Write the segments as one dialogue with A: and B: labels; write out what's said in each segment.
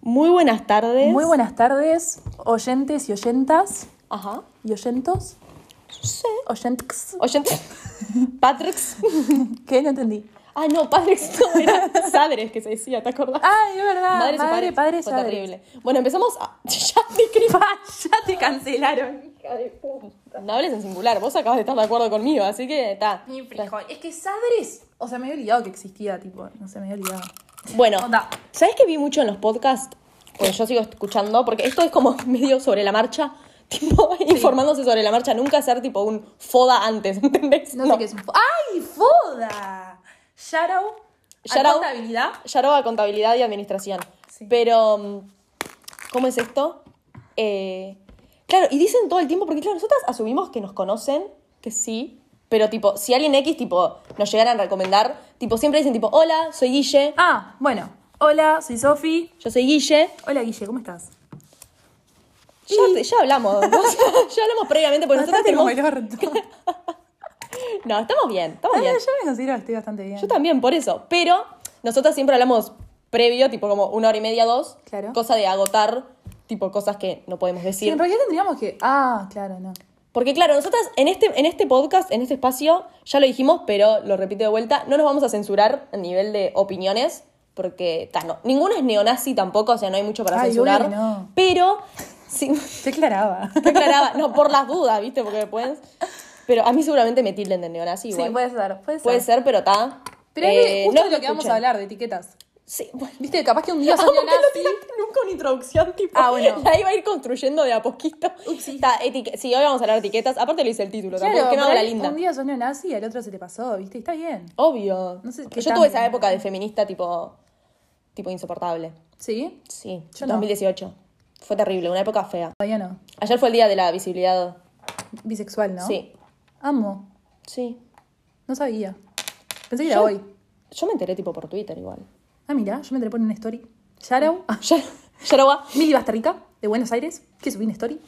A: Muy buenas tardes.
B: Muy buenas tardes, oyentes y oyentas.
A: Ajá.
B: ¿Y oyentos?
A: Sí.
B: ¿Oyentx?
A: Oyentes. Patricks.
B: ¿Qué? No entendí.
A: Ah, no, Patricks no, era Sadres que se decía, ¿te acordás?
B: Ay, Ah, es verdad.
A: Madres y
B: madre,
A: padres.
B: padre,
A: Fue
B: padre.
A: terrible. Bueno, empezamos a... ya me escribí.
B: Ya te cancelaron.
A: No hables en singular, vos acabas de estar de acuerdo conmigo, así que está.
B: Ni frijol. Es que Sadres. O sea, me había olvidado que existía, tipo. No sé, me había olvidado.
A: Bueno,
B: Onda.
A: ¿sabes que vi mucho en los podcasts? Bueno, yo sigo escuchando, porque esto es como medio sobre la marcha, tipo informándose sobre la marcha, nunca hacer tipo un foda antes, ¿entendés?
B: No, sé qué es un. fo- ¡Ay, foda! Shadow.
A: Yarao-
B: Contabilidad.
A: Yarao a contabilidad y administración.
B: Sí.
A: Pero, mm, ¿cómo es esto? Eh, claro, y dicen todo el tiempo, porque claro, nosotras asumimos que nos conocen, que sí, pero tipo, si alguien X tipo nos llegaran a recomendar, tipo, siempre dicen tipo, hola, soy Guille,
B: Ah, bueno. Hola, soy Sofi.
A: yo soy Guille.
B: Hola, Guille, ¿cómo estás?
A: Ya, te- ya hablamos, o sea, ya hablamos previamente, porque nosotros
B: Bastante
A: tenemos...
B: como el orto.
A: No, estamos bien, estamos
B: Ah,
A: bien.
B: Yo me considero que estoy bastante bien.
A: Yo también, por eso. Pero nosotras siempre hablamos previo, tipo como una hora y media, dos.
B: Claro.
A: Cosa de agotar, tipo cosas que no podemos
B: Sí,
A: decir.
B: en realidad tendríamos que. Ah, claro, no.
A: Porque claro, nosotras en este, en este podcast, en este espacio, ya lo dijimos, pero lo repito de vuelta, no nos vamos a censurar a nivel de opiniones, porque ta, no, ninguna es neonazi tampoco, o sea, no hay mucho para
B: Ay,
A: censurar.
B: obvio que no.
A: Pero, sí,
B: Se aclaraba.
A: te aclaraba, no, por las dudas, ¿viste? Porque después... Pero a mí seguramente me tilden de neonazi igual.
B: Sí, puede ser, puede ser.
A: Puede ser, pero está.
B: Pero es que
A: eh,
B: justo
A: no
B: de lo que vamos
A: escuchan.
B: a hablar, de etiquetas.
A: Sí, bueno.
B: Viste, capaz que un día
A: Amo
B: salió
A: que no
B: nazi.
A: tiraste nunca una introducción, tipo.
B: Ah, bueno.
A: La iba a ir construyendo de a poquito. Está, etique- sí, hoy vamos a hablar de etiquetas. Aparte le hice el título,
B: Claro,
A: tampoco es que no hago
B: por
A: la
B: ahí
A: linda.
B: Un día soñó nazi y al otro se le pasó, ¿viste? Y Está bien.
A: Obvio.
B: No sé qué
A: Yo
B: tan-
A: tuve esa época de feminista tipo. tipo insoportable.
B: ¿Sí?
A: Sí.
B: Yo no.
A: 2018. Fue terrible, una época fea.
B: Todavía no.
A: Ayer fue el día de la visibilidad.
B: Bisexual, ¿no?
A: Sí.
B: Amo.
A: Sí.
B: No sabía. Pensé que era
A: Yo-
B: hoy.
A: Yo me enteré tipo por Twitter igual.
B: Ah, mira, yo me enteré por una story. Yarao. Ah,
A: Ya, ya lo va.
B: Mili Bastarrica, de Buenos Aires, que subí una story.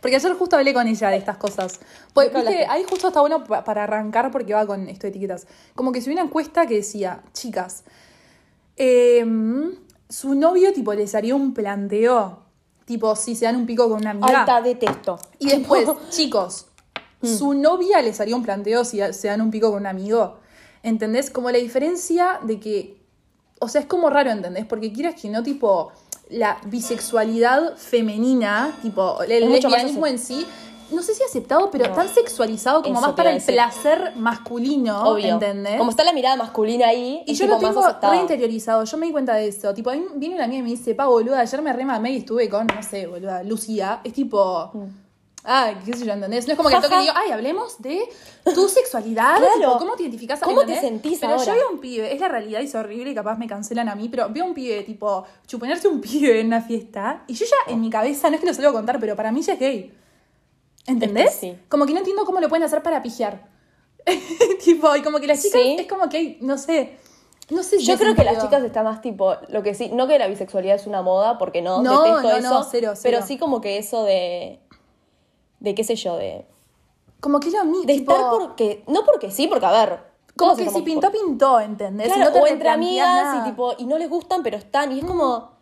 B: Porque ayer justo hablé con ella de estas cosas. Pues,
A: ¿De qué
B: viste,
A: hablaste?
B: ahí justo está bueno pa- para arrancar porque va con esto de etiquetas. Como que subí una encuesta que decía, chicas, eh, su novio tipo les haría un planteo, tipo si se dan un pico con una amiga.
A: Alta detesto.
B: Y después, chicos, su
A: Mm.
B: novia les haría un planteo si se dan un pico con un amigo. ¿Entendés? Como la diferencia de que. O sea, es como raro, ¿entendés? Porque quieras que no, tipo, la bisexualidad femenina, tipo, el
A: Es mucho más
B: lesbianismo en sí. No sé si aceptado, pero
A: No.
B: tan sexualizado como
A: Eso
B: más
A: te
B: para
A: iba a
B: el
A: decir.
B: placer masculino,
A: Obvio.
B: ¿entendés?
A: Como está la mirada masculina ahí,
B: Y
A: es
B: yo
A: tipo
B: lo tengo
A: más aceptado.
B: reinteriorizado, yo me di cuenta de eso. Tipo, a mí viene una amiga y me dice, pa, boluda, ayer me remamé y estuve con, no sé, boluda, Lucía. Es tipo,
A: Mm.
B: ah, qué sé yo, ¿entendés? No es como que toque y digo, ay, hablemos de tu sexualidad,
A: Claro.
B: tipo, cómo te identificás,
A: ¿Cómo te
B: ¿entendés?
A: sentís
B: Pero
A: ahora?
B: yo veo un pibe, es la realidad y es horrible y capaz me cancelan a mí, pero veo un pibe, tipo, chuponerse un pibe en una fiesta y yo ya en mi cabeza, no es que lo salgo a contar, pero para mí ya es gay. ¿Entendés?
A: Es que sí.
B: Como que no entiendo cómo lo pueden hacer para pijear. tipo, y como que las chicas
A: Sí.
B: es como que hay, no sé, no sé si
A: Yo
B: es
A: creo que las
B: sentido.
A: chicas está más tipo, lo que sí, no que la bisexualidad es una moda, porque no,
B: No,
A: detesto
B: no, no,
A: eso,
B: cero, cero.
A: pero sí como que eso de, de qué sé yo, de,
B: Como que lo mi
A: de
B: tipo,
A: estar porque, no porque sí, porque a ver,
B: Como
A: todos
B: que si
A: estamos
B: pintó, pintó, ¿entendés?
A: claro,
B: Si no te
A: o entre
B: replanteás
A: amigas
B: nada.
A: y tipo, y no les gustan, pero están, y es como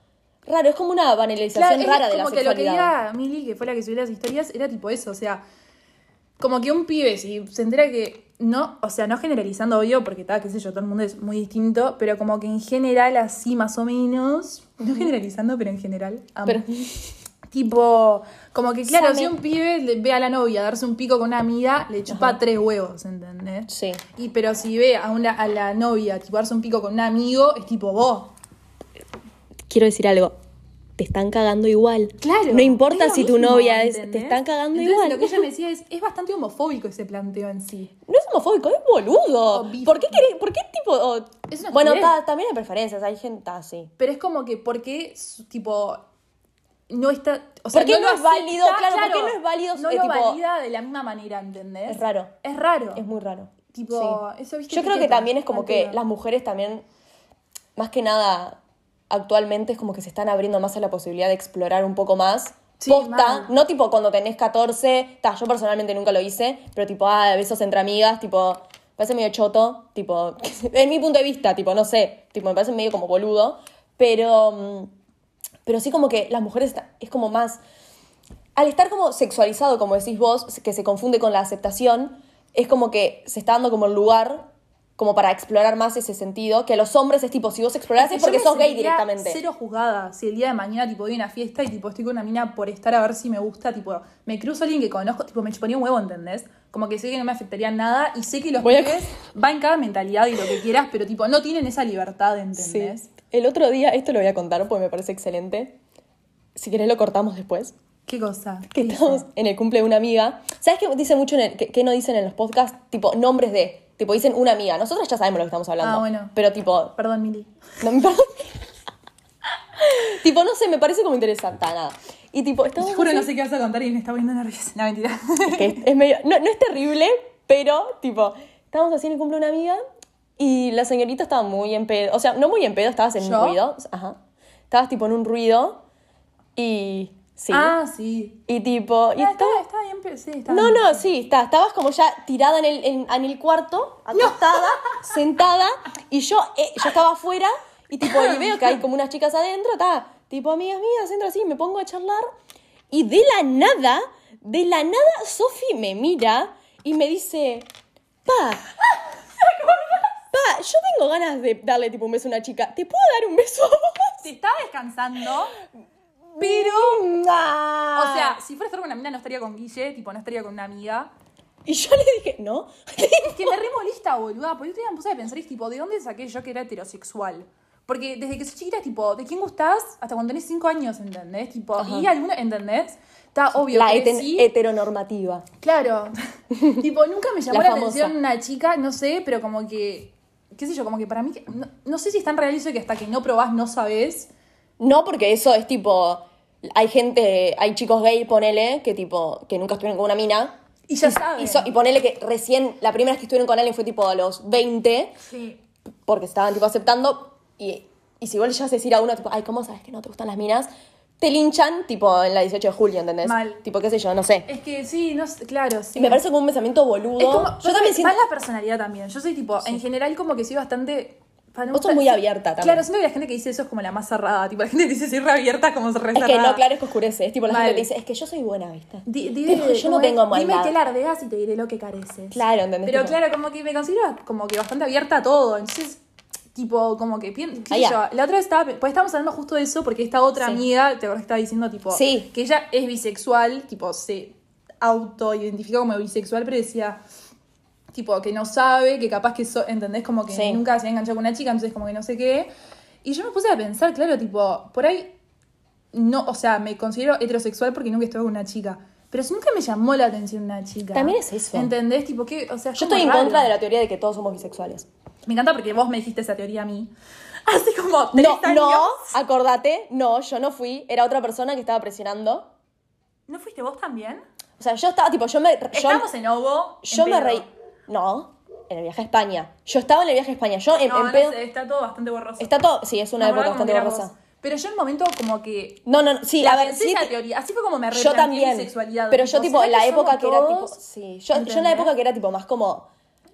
A: raro, es como una banalización
B: Claro, es
A: rara de la
B: como que lo que
A: sexualidad.
B: decía Mili, que fue la que subió las historias, era tipo eso, o sea, como que un pibe, si se entera que no, o sea, no generalizando obvio, porque está, qué sé yo, todo el mundo es muy distinto, pero como que en general así más o menos, no generalizando, pero en general, amo.
A: Pero-
B: tipo, como que claro,
A: Same.
B: si un pibe le ve a la novia darse un pico con una amiga, le chupa tres huevos, ¿entendés?
A: Sí.
B: Y pero si ve a una a la novia tipo darse un pico con un amigo, es tipo vos.
A: quiero decir algo. Te están cagando igual.
B: Claro.
A: No importa
B: es lo
A: si tu
B: mismo,
A: novia es. Te
B: ¿entendés?
A: están cagando
B: Entonces,
A: igual.
B: Lo que ella me decía es, es bastante homofóbico ese planteo en sí.
A: No es homofóbico, es boludo.
B: O bif-
A: ¿Por qué querés, por qué tipo? o-
B: Oh, Es una
A: bueno,
B: estupidez.
A: ta- también hay preferencias, hay gente así.
B: Pero es como que porque su- tipo no está, o sea,
A: ¿Por qué no
B: lo
A: es válido?
B: acepta,
A: Claro, ¿por qué no es válido?
B: No
A: Eh,
B: lo
A: tipo-
B: valida de la misma manera, ¿entendés?
A: Es raro.
B: Es raro.
A: Es muy raro.
B: Tipo, eso, ¿viste?
A: Yo creo que
B: Etiqueta,
A: también es como que
B: altura.
A: las mujeres también, más que nada, actualmente es como que se están abriendo más a la posibilidad de explorar un poco más.
B: Sí,
A: Posta,
B: mal.
A: no tipo cuando tenés 14, ta, yo personalmente nunca lo hice, pero tipo, ah, besos entre amigas, tipo, me parece medio choto, tipo, en mi punto de vista, tipo, no sé, tipo, me parece medio como boludo, pero mm, Pero sí como que las mujeres está- es como más... Al estar como sexualizado, como decís vos, que se confunde con la aceptación, es como que se está dando como el lugar como para explorar más ese sentido, que a los hombres es tipo, si vos explorás es
B: Yo
A: porque
B: me
A: sos gay
B: sentiría
A: directamente.
B: Cero juzgada. Si el día de mañana tipo voy a una fiesta y tipo estoy con una mina por estar a ver si me gusta, tipo, me cruzo a alguien que conozco, tipo, me chuparía un huevo, ¿entendés? Como que sé que no me afectaría nada y sé que los
A: Voy a-
B: pibes va en cada mentalidad y lo que quieras, pero tipo, no tienen esa libertad, ¿entendés?
A: Sí. El otro día, esto lo voy a contar porque me parece excelente. Si querés lo cortamos después.
B: ¿Qué cosa?
A: Que
B: ¿Qué
A: estamos
B: hizo?
A: en el cumple de una amiga. ¿Sabes qué dice mucho en el- que, que no dicen en los podcasts? Tipo, nombres de. Tipo, dicen una amiga. Nosotros ya sabemos lo que estamos hablando.
B: Ah, bueno.
A: Pero tipo.
B: Perdón, Mili.
A: No me perdón. tipo, no sé, me parece como interesante. Ah, nada. Y tipo, estamos.
B: Te juro, no
A: así-
B: sé qué vas a contar y me está poniendo nerviosa. No, mentira.
A: que es, es medio- No, no es terrible, pero tipo, estábamos así en el cumple de una amiga y la señorita estaba muy en pedo. O sea, no muy en pedo, estabas en
B: ¿Yo?
A: un ruido. Ajá. Estabas tipo en un ruido y. Sí.
B: Ah, sí.
A: Y tipo. Y
B: Ah, está,
A: estaba-
B: está bien, pero sí, está
A: No,
B: bien.
A: no, sí, está, estabas como ya tirada en el, en, en el cuarto, acostada, sentada, y yo, eh, yo estaba afuera, y tipo, y veo que hay como unas chicas adentro, está, tipo, amigas mías, entro así, me pongo a charlar, y de la nada, de la nada, Sofi me mira y me dice, pa, pa, yo tengo ganas de darle tipo un beso a una chica, ¿te puedo dar un beso? a vos?".
B: Si estaba descansando,
A: Pero,
B: o
A: Ah.
B: sea, si fuera a estar con una mina no estaría con Guille, tipo, no estaría con una amiga.
A: y yo le dije, no,
B: Es que me re molesta, boluda. Porque yo día me puse a pensar, y es tipo, ¿de dónde saqué yo que era heterosexual? Porque desde que soy chiquita, es tipo, ¿de quién gustás? Hasta cuando tenés 5 años, ¿entendés? Tipo, y alguna, ¿entendés? Está obvio
A: la eh,
B: que
A: heten-
B: sí.
A: heteronormativa.
B: Claro. tipo, nunca me llamó
A: La
B: la,
A: famosa.
B: atención una chica, no sé, pero como que, qué sé yo, como que para mí, que- no, no sé si es tan real eso de que hasta que no probás no sabés.
A: No, porque eso es tipo. Hay gente, hay chicos gay, ponele, que tipo, que nunca estuvieron con una mina.
B: Y ya saben.
A: Y, so- y ponele que recién, la primera vez que estuvieron con alguien fue tipo a los 20,
B: Sí.
A: porque se estaban tipo aceptando. Y, y si vos le llegas a decir a uno, tipo, ay, ¿cómo sabes que no te gustan las minas? Te linchan, tipo, en la 18 de julio, ¿entendés?
B: Mal.
A: Tipo, qué sé yo, no sé.
B: Es que sí, no sé, claro, sí.
A: Y me parece como un pensamiento boludo.
B: Es como-
A: yo también siento.
B: Más la personalidad también. Yo soy tipo, en general como que soy bastante... para
A: Vos sos muy abierta también.
B: Claro, siento que la gente que dice eso es como la más cerrada. Tipo, la gente que dice soy re abierta es como re
A: Es
B: cerrada.
A: que no, claro, es que oscurece. Es tipo, la
B: Mal.
A: gente te dice, es que yo soy buena, ¿viste?
B: Di- di-
A: Tipo, yo no
B: como es,
A: tengo
B: Dime
A: maldad.
B: qué lardeas y te diré lo que careces.
A: Claro, ¿entendés?
B: Pero
A: Tipo-
B: claro, como que me considero como que bastante abierta a todo. Entonces, tipo, como que pienso.
A: Ah, ya.
B: La otra vez estaba. Pues estábamos hablando justo de eso porque esta otra
A: Sí.
B: amiga, te acuerdas que estaba diciendo, tipo,
A: Sí.
B: que ella es bisexual, tipo, se autoidentifica como bisexual, pero decía. Tipo, que no sabe, que capaz que, so- ¿entendés? Como que
A: Sí.
B: nunca se había enganchado con una chica, entonces como que no sé qué. Y yo me puse a pensar, claro, tipo, por ahí no, o sea, me considero heterosexual porque nunca estuve con una chica. Pero si nunca me llamó la atención una chica.
A: También es eso.
B: ¿Entendés? Tipo, que, o sea, es
A: Yo
B: como
A: estoy en
B: raro.
A: contra de la teoría de que todos somos bisexuales.
B: Me encanta porque vos me dijiste esa teoría a mí. Hace como tres
A: No,
B: años.
A: no, acordate, no, yo no fui, era otra persona que estaba presionando.
B: ¿No fuiste vos también?
A: O sea, yo estaba, tipo, yo me. Yo,
B: Estábamos en Ovo. en
A: yo me
B: pedo.
A: reí. Eh, No, en el viaje a España. Yo estaba en el viaje a España. Yo en,
B: No,
A: en
B: no
A: pedo-
B: sé, está todo bastante borroso.
A: Está todo. Sí, es una
B: Me
A: época
B: acordaba como
A: bastante
B: que era
A: borrosa.
B: vos. Pero yo en el momento como que...
A: No, no, no, sí,
B: la
A: a ver,
B: pensé
A: sí.
B: esa
A: te-
B: teoría. Así fue como me
A: Yo
B: replanteé mi
A: también.
B: sexualidad.
A: Pero yo, tipo, en la
B: ¿será
A: época que era
B: somos
A: tipo.
B: todos?
A: Sí, yo, yo en la
B: ¿Entendés?
A: época que era tipo más como.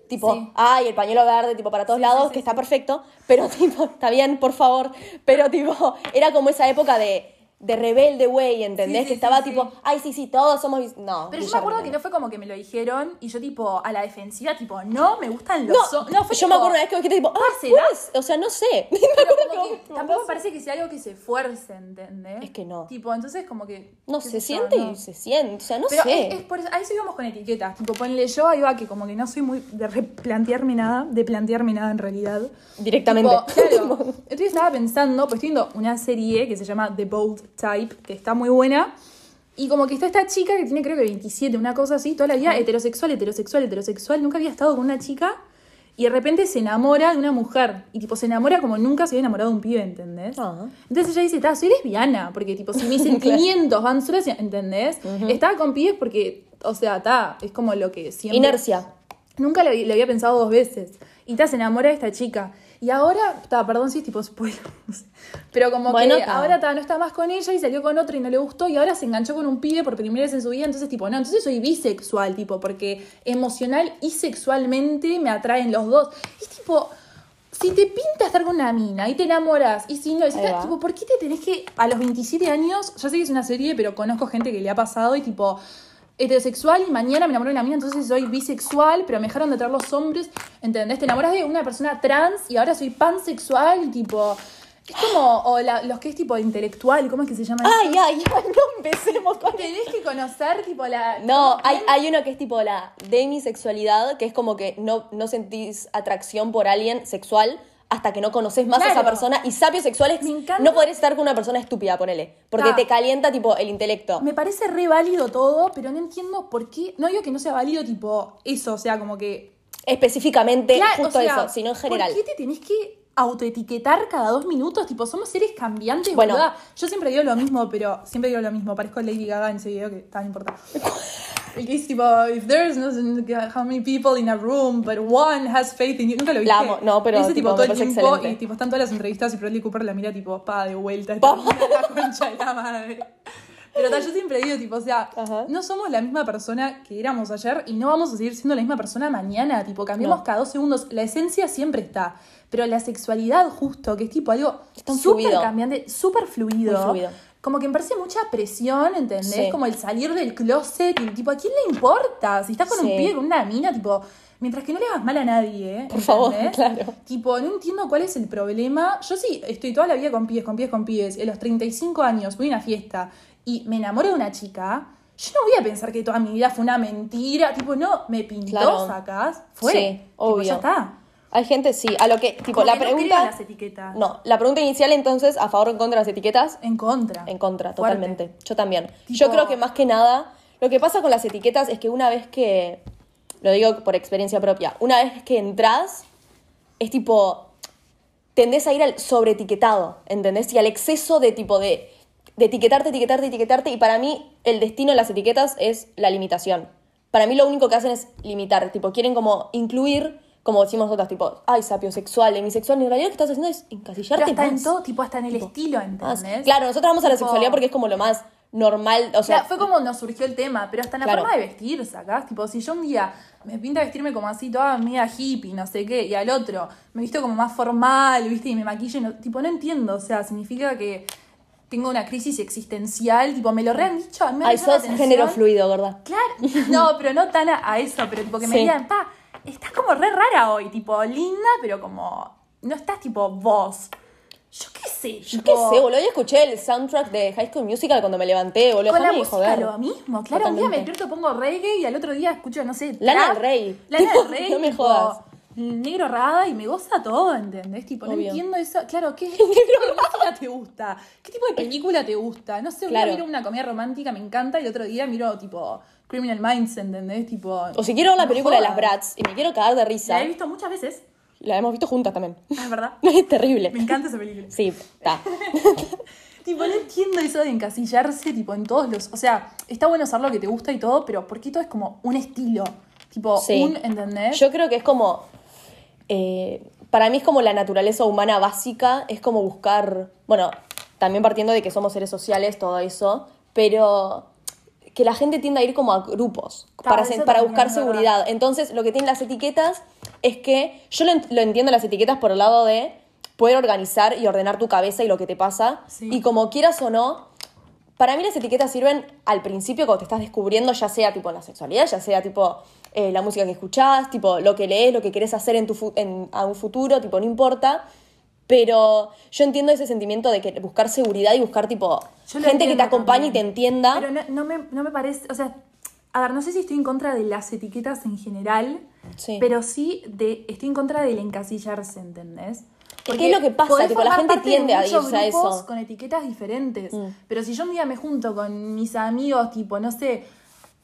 A: Tipo,
B: Sí.
A: ay, el pañuelo verde, tipo, para todos
B: Sí, sí,
A: lados,
B: sí,
A: que
B: sí.
A: está perfecto. Pero, tipo, está bien, por favor. Pero, tipo, era como esa época de, de rebelde, güey, ¿entendés?
B: Sí, sí,
A: que estaba,
B: sí,
A: tipo,
B: sí.
A: ay, sí, sí, todos somos. bis- No.
B: Pero yo me
A: Guillermo,
B: acuerdo que no fue como que me lo dijeron y yo tipo a la defensiva tipo, no, me gustan los
A: No,
B: hom-". no fue
A: yo
B: tipo,
A: me acuerdo una vez que me dijiste, tipo, ah,
B: ¿será?
A: pues, o sea, no sé. me acuerdo que,
B: como
A: vos-
B: que tampoco me parece que sea algo que se fuerce, ¿entendés?
A: Es que no.
B: Tipo, entonces como que
A: No,
B: qué
A: se
B: sé yo,
A: siente
B: no.
A: y se siente, o sea, no
B: Pero
A: sé.
B: es, es por eso, ahí seguimos con etiquetas, tipo ponle yo, ahí va que como que no soy muy de replantearme nada, de plantearme nada en realidad.
A: Directamente.
B: Tipo, claro. Entonces estaba pensando, pues estoy viendo una serie que se llama The Bold Type, que está muy buena. Y como que está esta chica que tiene creo que 27, una cosa así, toda la vida heterosexual, heterosexual, heterosexual, nunca había estado con una chica. Y de repente se enamora de una mujer. Y tipo, se enamora como nunca se había enamorado de un pibe, ¿entendés?
A: Ah.
B: Entonces ella dice, "Ta, soy lesbiana. Porque tipo, si mis sentimientos van solo hacia- ¿entendés? Estaba con pibes porque, o sea, ta, es como lo que siempre...
A: Inercia.
B: Nunca lo, había- lo había pensado dos veces. Y ta, se enamora de esta chica. Y ahora, ta, perdón si es tipo spoiler. no sé. Pero como
A: Bueno,
B: que
A: ta.
B: ahora ta, no está más con ella y salió con otro y no le gustó. Y ahora se enganchó con un pibe por primera vez en su vida. Entonces, tipo, no, entonces soy bisexual, tipo, porque emocional y sexualmente me atraen los dos. Y es tipo. si te pinta estar con una mina y te enamoras y si no, y si
A: Ahí
B: estás,
A: va.
B: tipo, ¿por qué te tenés que a los 27 años? Ya sé que es una serie, pero conozco gente que le ha pasado y tipo heterosexual y mañana me enamoré de una mina, entonces soy bisexual, pero me dejaron de traer los hombres, ¿entendés? Te enamoras de una persona trans y ahora soy pansexual, tipo es como o la- los que es tipo intelectual, ¿cómo es que se llama?
A: Ay, ay, ay, no empecemos con
B: Tenés que conocer tipo la
A: No, hay, hay uno que es tipo la demisexualidad, que es como que no, no sentís atracción por alguien sexual hasta que no conoces más a esa
B: Claro.
A: persona. Y sapiosexuales,
B: Me encanta.
A: no podés estar con una persona estúpida, ponele. Porque
B: Ta.
A: te calienta tipo el intelecto.
B: Me parece re válido todo, pero no entiendo por qué. No digo que no sea válido, tipo, eso, o sea, como que.
A: Específicamente,
B: Claro, o
A: justo
B: sea,
A: eso, sino en general.
B: ¿Por qué te tenés que autoetiquetar cada dos minutos? Tipo, somos seres cambiantes,
A: Bueno.
B: boluda. Yo siempre digo lo mismo, pero siempre digo lo mismo. Parezco Lady Gaga en ese video que tan importa. El que es tipo, if there's no how many people in a room, but one has faith in you. Nunca lo viste.
A: La amo, no, pero,
B: Dice,
A: tipo,
B: tipo,
A: me
B: todo el
A: parece
B: tiempo
A: excelente.
B: y tipo, están todas las entrevistas y Bradley Cooper la mira tipo, pa, de vuelta. Esta
A: Vamos.
B: mina, la concha de la madre. Pero tal, yo siempre digo, tipo, o sea,
A: Ajá.
B: no somos la misma persona que éramos ayer y no vamos a seguir siendo la misma persona mañana. Tipo, cambiamos
A: No.
B: cada dos segundos. La esencia siempre está. Pero la sexualidad, justo, que es tipo algo
A: Es tan
B: súper
A: fluido.
B: cambiante, súper fluido.
A: Muy fluido.
B: Como que me parece mucha presión, ¿entendés?
A: Sí.
B: Como el salir del closet y tipo, ¿a quién le importa? Si estás con
A: Sí.
B: un pibe, con una mina, tipo, mientras que no le hagas mal a nadie, ¿eh?
A: Por favor,
B: ¿Entendés?
A: claro.
B: Tipo, no entiendo cuál es el problema. Yo sí, estoy toda la vida con pibes, con pibes, con pibes. A los 35 años voy a una fiesta y me enamoro de una chica. Yo no voy a pensar que toda mi vida fue una mentira. Tipo, no, me pintó,
A: Claro.
B: sacás. Fue.
A: Sí,
B: Tipo,
A: obvio.
B: ya está.
A: Hay gente, sí, a lo que, tipo,
B: Como
A: la
B: que no creo en
A: pregunta.
B: las etiquetas.
A: No, la pregunta inicial entonces, a favor o en contra de las etiquetas,
B: En contra.
A: En contra,
B: Fuerte.
A: totalmente. Yo también.
B: Tipo-
A: Yo creo que más que nada, lo que pasa con las etiquetas es que una vez que, lo digo por experiencia propia, una vez que entras, es tipo, tendés a ir al sobreetiquetado, ¿entendés? Y al exceso de tipo de, de etiquetarte, etiquetarte, etiquetarte. Y para mí, el destino de las etiquetas es la limitación. Para mí lo único que hacen es limitar, tipo, quieren como incluir, como decimos nosotras, tipo, ay, sapiosexual, demisexual, y en realidad lo que estás haciendo es encasillarte
B: Pero hasta en
A: más.
B: todo, tipo, hasta en el
A: Tipo,
B: estilo,
A: Más.
B: ¿entendés?
A: Claro, nosotros vamos a la
B: Tipo-
A: sexualidad porque es como lo más normal, o
B: O sea,
A: sea,
B: fue como nos surgió el tema, pero hasta en la
A: Claro.
B: forma de vestir, ¿sacás? Tipo, si yo un día me pinta vestirme como así, toda media hippie, no sé qué, y al otro me visto como más formal, ¿viste? Y me maquillo, y no- tipo, no entiendo, o sea, significa que tengo una crisis existencial, tipo, me lo re han dicho, a mí me
A: ay,
B: llamó la
A: sos
B: atención.
A: género fluido, ¿verdad?
B: Claro, no, pero no tan a, a eso, pero tipo que me
A: Sí.
B: digan, pa, estás como re rara hoy, tipo, linda, pero como, no estás tipo vos. Yo qué sé,
A: Yo
B: tipo,
A: qué sé, boludo, yo escuché el soundtrack de High School Musical cuando me levanté, boludo,
B: Con la
A: déjame de
B: música
A: joder.
B: lo mismo, claro, un día me
A: Totalmente.
B: despierto pongo reggae y al otro día escucho, no sé,
A: Lana
B: trap,
A: del Rey.
B: Lana
A: Tipo,
B: del Rey,
A: no me
B: tipo, mm,
A: jodas.
B: negro rada y me goza todo, ¿entendés? Tipo, no
A: Obvio.
B: entiendo eso, claro, ¿qué, qué tipo de música te gusta? ¿Qué tipo de película te gusta? No sé, un día
A: Claro.
B: miro una comedia romántica, me encanta, y el otro día miro, tipo, Criminal Minds, ¿entendés? Tipo,
A: O si quiero ver la
B: no
A: película de las
B: jodas.
A: Brats y me quiero cagar de risa,
B: La he visto muchas veces,
A: la hemos visto juntas también.
B: es verdad,
A: es terrible.
B: me encanta esa película.
A: Sí, está.
B: Tipo, no entiendo eso de encasillarse, tipo, en todos los. O sea, está bueno saber lo que te gusta y todo, pero ¿por qué todo es como un estilo? Tipo,
A: Sí.
B: un, ¿entendés?
A: Yo creo que es como. eh, para mí es como la naturaleza humana básica, es como buscar. Bueno, también partiendo de que somos seres sociales, todo eso, pero que la gente tiende a ir como a grupos
B: Claro,
A: para,
B: eso
A: sen- para
B: también,
A: buscar
B: es verdad.
A: seguridad. Entonces, lo que tienen las etiquetas es que. Yo lo, ent- lo entiendo las etiquetas por el lado de poder organizar y ordenar tu cabeza y lo que te pasa.
B: Sí.
A: Y como quieras o no, para mí las etiquetas sirven al principio cuando te estás descubriendo, ya sea tipo en la sexualidad, ya sea tipo eh, la música que escuchás, tipo lo que lees, lo que querés hacer en tu fu- en- a un futuro, tipo no importa. Pero yo entiendo ese sentimiento de que buscar seguridad y buscar tipo
B: Yo lo
A: gente que te
B: entiendo
A: acompañe y te
B: también.
A: entienda.
B: Pero no, no me, no me parece. O sea, a ver, no sé si estoy en contra de las etiquetas en general,
A: Sí.
B: pero sí de estoy en contra del encasillarse, ¿entendés?
A: Es que es lo que pasa,
B: podés
A: tipo, la
B: formar
A: gente
B: parte de
A: tiende a
B: muchos
A: irse a
B: grupos
A: eso. Mm.
B: con etiquetas diferentes. Pero si yo un día me junto con mis amigos, tipo, no sé,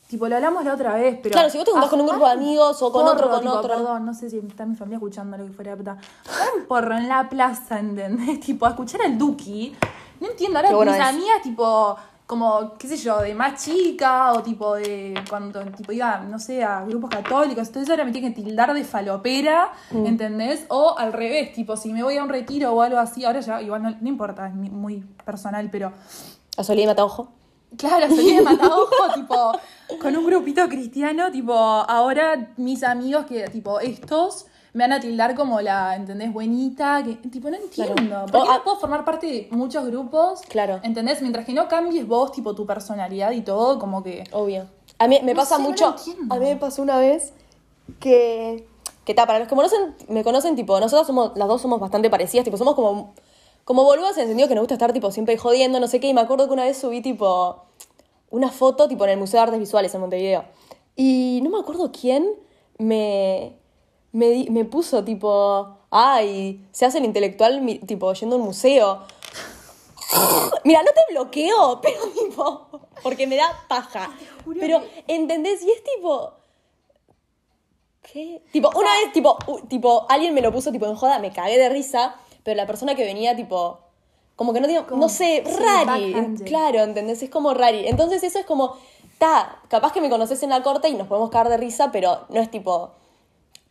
B: tipo, lo hablamos la otra vez, pero.
A: Claro, si vos te juntás con un grupo de
B: Ay,
A: amigos o con otro, con otro.
B: Perdón, no sé si está mi familia escuchando lo que fuera, puta. Jugar un porro en la plaza, ¿entendés? Tipo, a escuchar al Duki. No entiendo, ahora
A: Qué bueno
B: mis
A: es.
B: amigas, tipo, como, qué sé yo, de más chica o tipo de. Cuando tipo iba, no sé, a grupos católicos, entonces ahora me tienen que tildar de falopera,
A: Mm.
B: ¿entendés? O al revés, tipo, si me voy a un retiro o algo así, ahora ya, igual no, no importa, es mi- muy personal, pero.
A: A Solía y Mataojo.
B: Claro, soy de Mataojo, tipo, con un grupito cristiano, tipo, ahora mis amigos que, tipo, estos me van a tildar como la, ¿entendés? Buenita, que tipo, no entiendo. ¿Por
A: O,
B: qué no
A: ah,
B: puedo formar parte de muchos grupos?
A: Claro.
B: ¿Entendés? Mientras que no cambies vos, tipo, tu personalidad y todo, como que...
A: Obvio. A mí me
B: No
A: pasa
B: sé, no lo
A: mucho.
B: entiendo.
A: a mí me pasó una vez que. Que ta, para los que me conocen, me conocen, tipo, nosotras somos, las dos somos bastante parecidas, tipo, somos como. Como boludas en el sentido que nos gusta estar, tipo, siempre jodiendo, no sé qué. Y me acuerdo que una vez subí, tipo, una foto, tipo, en el Museo de Artes Visuales en Montevideo. Y no me acuerdo quién me. Me, di- me puso, tipo. Ay, se hace el intelectual, mi- tipo, yendo a un museo. Mira, no te bloqueo, pero tipo, porque me da paja.
B: juro
A: Pero, ¿entendés? Y es tipo. ¿Qué? Tipo, una vez, tipo, u- tipo, alguien me lo puso tipo en joda, me cagué de risa, pero la persona que venía, tipo. Como que no digo,
B: Como,
A: no sé,
B: sí,
A: rari.
B: backhanded.
A: Claro, ¿entendés? Es como rari. Entonces eso es como, ta, capaz que me conoces en la corte y nos podemos cagar de risa, pero no es tipo.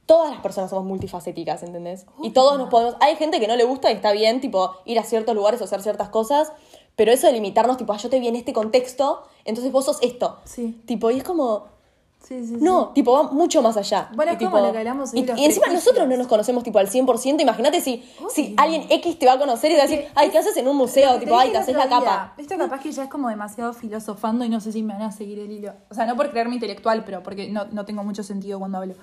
A: Todas las personas somos multifacéticas, ¿entendés? Y todos nos podemos. Hay gente que no le gusta y está bien, tipo, ir a ciertos lugares o hacer ciertas cosas, pero eso de limitarnos, tipo, ah, yo te vi en este contexto, entonces vos sos esto.
B: Sí.
A: Tipo, y es como.
B: Sí, sí,
A: No, tipo, va mucho más allá.
B: Bueno,
A: Y,
B: es como
A: tipo,
B: lo que hablamos de
A: Y,
B: los
A: y encima
B: prejuicios.
A: nosotros no nos conocemos, tipo, al 100%. Imagínate si, si
B: Obvio.
A: alguien X te va a conocer y te va a decir, ay, ¿qué haces en un museo? Tipo, ay, te haces la capa.
B: Esto capaz que ya es como demasiado filosofando y no sé si me van a seguir el hilo. O sea, no por creerme intelectual, pero porque no, no tengo mucho sentido cuando hablo.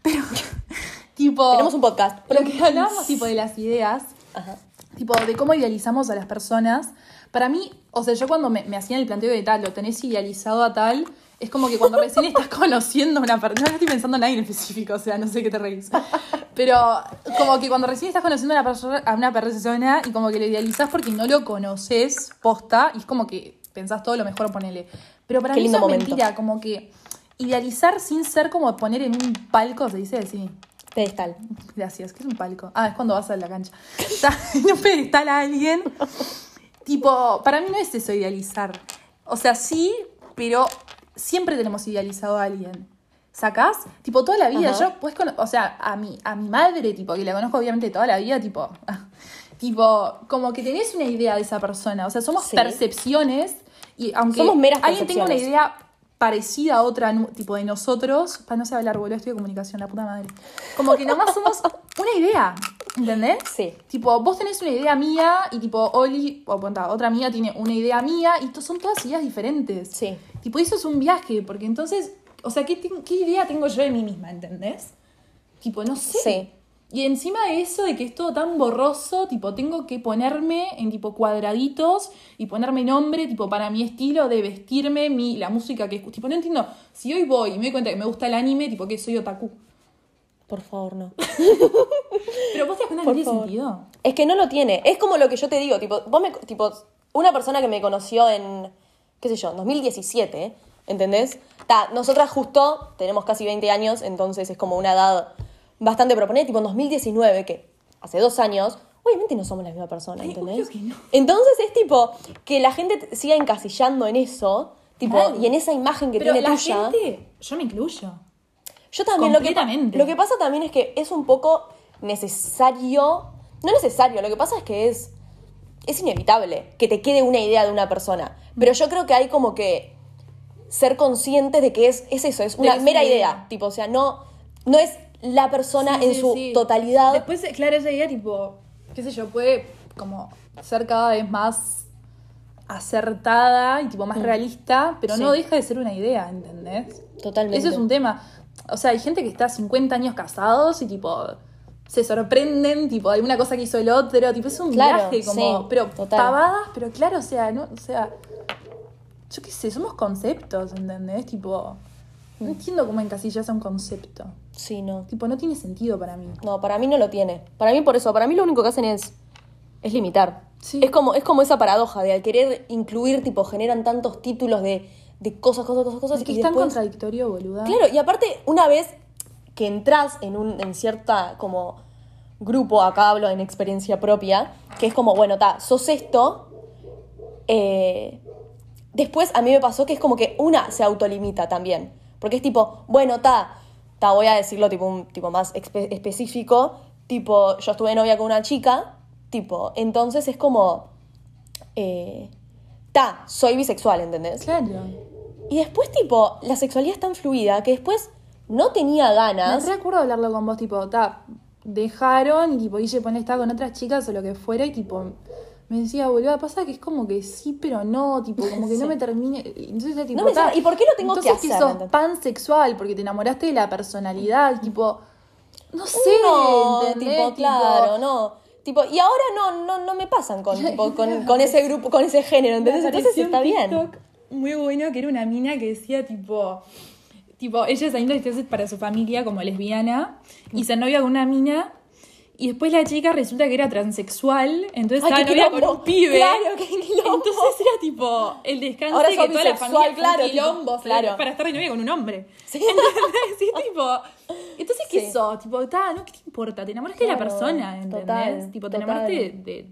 B: Pero, tipo.
A: Tenemos un podcast.
B: Lo que hablábamos, tipo, de las ideas,
A: Ajá.
B: tipo, de cómo idealizamos a las personas. Para mí, o sea, yo cuando me, me hacían el planteo de tal, lo tenés idealizado a tal, es como que cuando recién estás conociendo a una persona. No estoy pensando en nadie en específico, o sea, no sé qué te reís. Pero como que cuando recién estás conociendo a una, perso- a una persona y como que lo idealizás porque no lo conoces posta y es como que pensás todo lo mejor, ponele. Pero para
A: Qué
B: mí
A: lindo
B: eso es
A: momento.
B: mentira, como que idealizar sin ser como poner en un palco, se dice así.
A: Pedestal.
B: Gracias, que es un palco. Ah, es cuando vas a la cancha. Está en un pedestal a alguien. Tipo, para mí no es eso idealizar. O sea, sí, pero siempre tenemos idealizado a alguien. ¿Sacás? Tipo, toda la vida.
A: Ajá.
B: Yo, pues, cono- o sea, a mi, a mi madre, tipo, que la conozco obviamente toda la vida, tipo. ah, tipo, como que tenés una idea de esa persona. O sea, somos
A: Sí.
B: percepciones. Y aunque
A: Somos meras
B: alguien tenga una
A: percepciones.
B: idea parecida a otra, nu- tipo de nosotros, para no sé hablar, boludo, estoy de comunicación, la puta madre. Como que nomás somos una idea, ¿entendés?
A: Sí.
B: Tipo, vos tenés una idea mía y tipo Oli, o ponta, otra mía tiene una idea mía y to- son todas ideas diferentes.
A: Sí.
B: Tipo, eso es un viaje, porque entonces, o sea, ¿qué, ten- qué idea tengo yo de mí misma, ¿entendés? Tipo, no sé.
A: Sí.
B: Y encima de eso, de que es todo tan borroso, tipo, tengo que ponerme en tipo cuadraditos y ponerme nombre, tipo, para mi estilo de vestirme, mi, la música que escucho. Tipo, no entiendo. Si hoy voy y me doy cuenta que me gusta el anime, tipo, que soy otaku.
A: Por favor, no.
B: Pero vos te das cuenta que
A: Por
B: no tiene
A: favor.
B: sentido.
A: Es que no lo tiene. Es como lo que yo te digo, tipo, vos me, tipo, una persona que me conoció en, qué sé yo, en 2017, ¿eh? ¿entendés? Ta, nosotras justo tenemos casi 20 años, entonces es como una edad bastante proponente, tipo en 2019, que hace dos años, obviamente no somos la misma persona,
B: Ay,
A: ¿entendés?
B: obvio que no.
A: Entonces es tipo que la gente te siga encasillando en eso, tipo,
B: Mal.
A: y en esa imagen que
B: Pero
A: tiene
B: la
A: tuya.
B: gente, yo me incluyo.
A: Yo también lo que, pa-
B: Completamente.
A: lo que pasa también es que es un poco necesario, no necesario, lo que pasa es que es es inevitable que te quede una idea de una persona, pero yo creo que hay como que ser conscientes de que es, es eso, es una
B: que es
A: mera
B: una
A: idea.
B: idea.
A: tipo, o sea, no no es la persona
B: Sí,
A: en
B: sí,
A: su
B: sí.
A: totalidad.
B: Después, eh, claro, esa idea, tipo, qué sé yo, puede como ser cada vez más acertada y tipo más realista, pero
A: Mm. Sí.
B: no deja de ser una idea, ¿entendés?
A: Totalmente.
B: Eso es un tema. O sea, hay gente que está 50 años casados y tipo se sorprenden, tipo, de alguna cosa que hizo el otro, tipo, es un
A: Claro,
B: viaje como,
A: sí,
B: pero
A: total.
B: pavadas, pero claro, o sea, no, o sea, yo qué sé, somos conceptos, ¿entendés? Tipo, no entiendo cómo encasillas a un concepto.
A: Sí, no.
B: Tipo, no tiene sentido para mí.
A: No, para mí no lo tiene. Para mí por eso, para mí lo único que hacen es es limitar.
B: Sí.
A: Es como es como esa paradoja de al querer incluir tipo generan tantos títulos de de cosas, cosas, cosas, cosas
B: Es que
A: y
B: es tan
A: después-
B: contradictorio, boluda.
A: Claro, y aparte, una vez que entras en un en cierta como grupo, acá hablo en experiencia propia, que es como, bueno, ta, sos esto. eh, después a mí me pasó que es como que una se autolimita también. Porque es tipo, bueno, ta, ta, voy a decirlo tipo un tipo más espe- específico. Tipo, yo estuve de novia con una chica, tipo, entonces es como. eh, ta, soy bisexual, ¿entendés?
B: Claro.
A: Y después, tipo, la sexualidad es tan fluida que después no tenía
B: Me
A: ganas.
B: re acuerdo hablarlo con vos, tipo, ta, dejaron y tipo, Guille pone estaba con otras chicas o lo que fuera y tipo, me decía, boludo, pasa que es como que sí, pero no, tipo, como que no
A: Sí.
B: me termine. Entonces, era tipo,
A: No me
B: ta,
A: llama- ¿y por qué lo tengo que
B: entonces
A: hacer?
B: que sos pansexual, porque te enamoraste de la personalidad, tipo, no sé,
A: no,
B: ¿entendés?
A: tipo, claro, no. Tipo, y ahora no, no, no me pasan con, tipo, con, con ese grupo, con ese género, ¿entendés?
B: Me
A: Entonces
B: apareció un
A: está bien.
B: TikTok Muy bueno, que era una mina que decía tipo. Tipo, ella saliendo de clases para su familia como lesbiana y se novia con una mina. Y después la chica resulta que era transexual, entonces
A: Ay,
B: estaba
A: qué
B: novia con
A: quilombo.
B: un pibe.
A: Claro, qué quilombo.
B: Entonces era tipo el descanso
A: Ahora
B: que
A: sos
B: toda la
A: bisexual,
B: familia fue un
A: claro, tipo,
B: quilombo,
A: claro.
B: ¿sabes? para estar de novia con un hombre.
A: Sí.
B: ¿Entendés? Sí, tipo, entonces, ¿qué
A: Sí.
B: sos? Tipo, ta, no, ¿qué te importa? Te enamoraste de la
A: Claro,
B: persona, ¿entendés?
A: total,
B: tipo, te
A: total.
B: enamoraste de, de-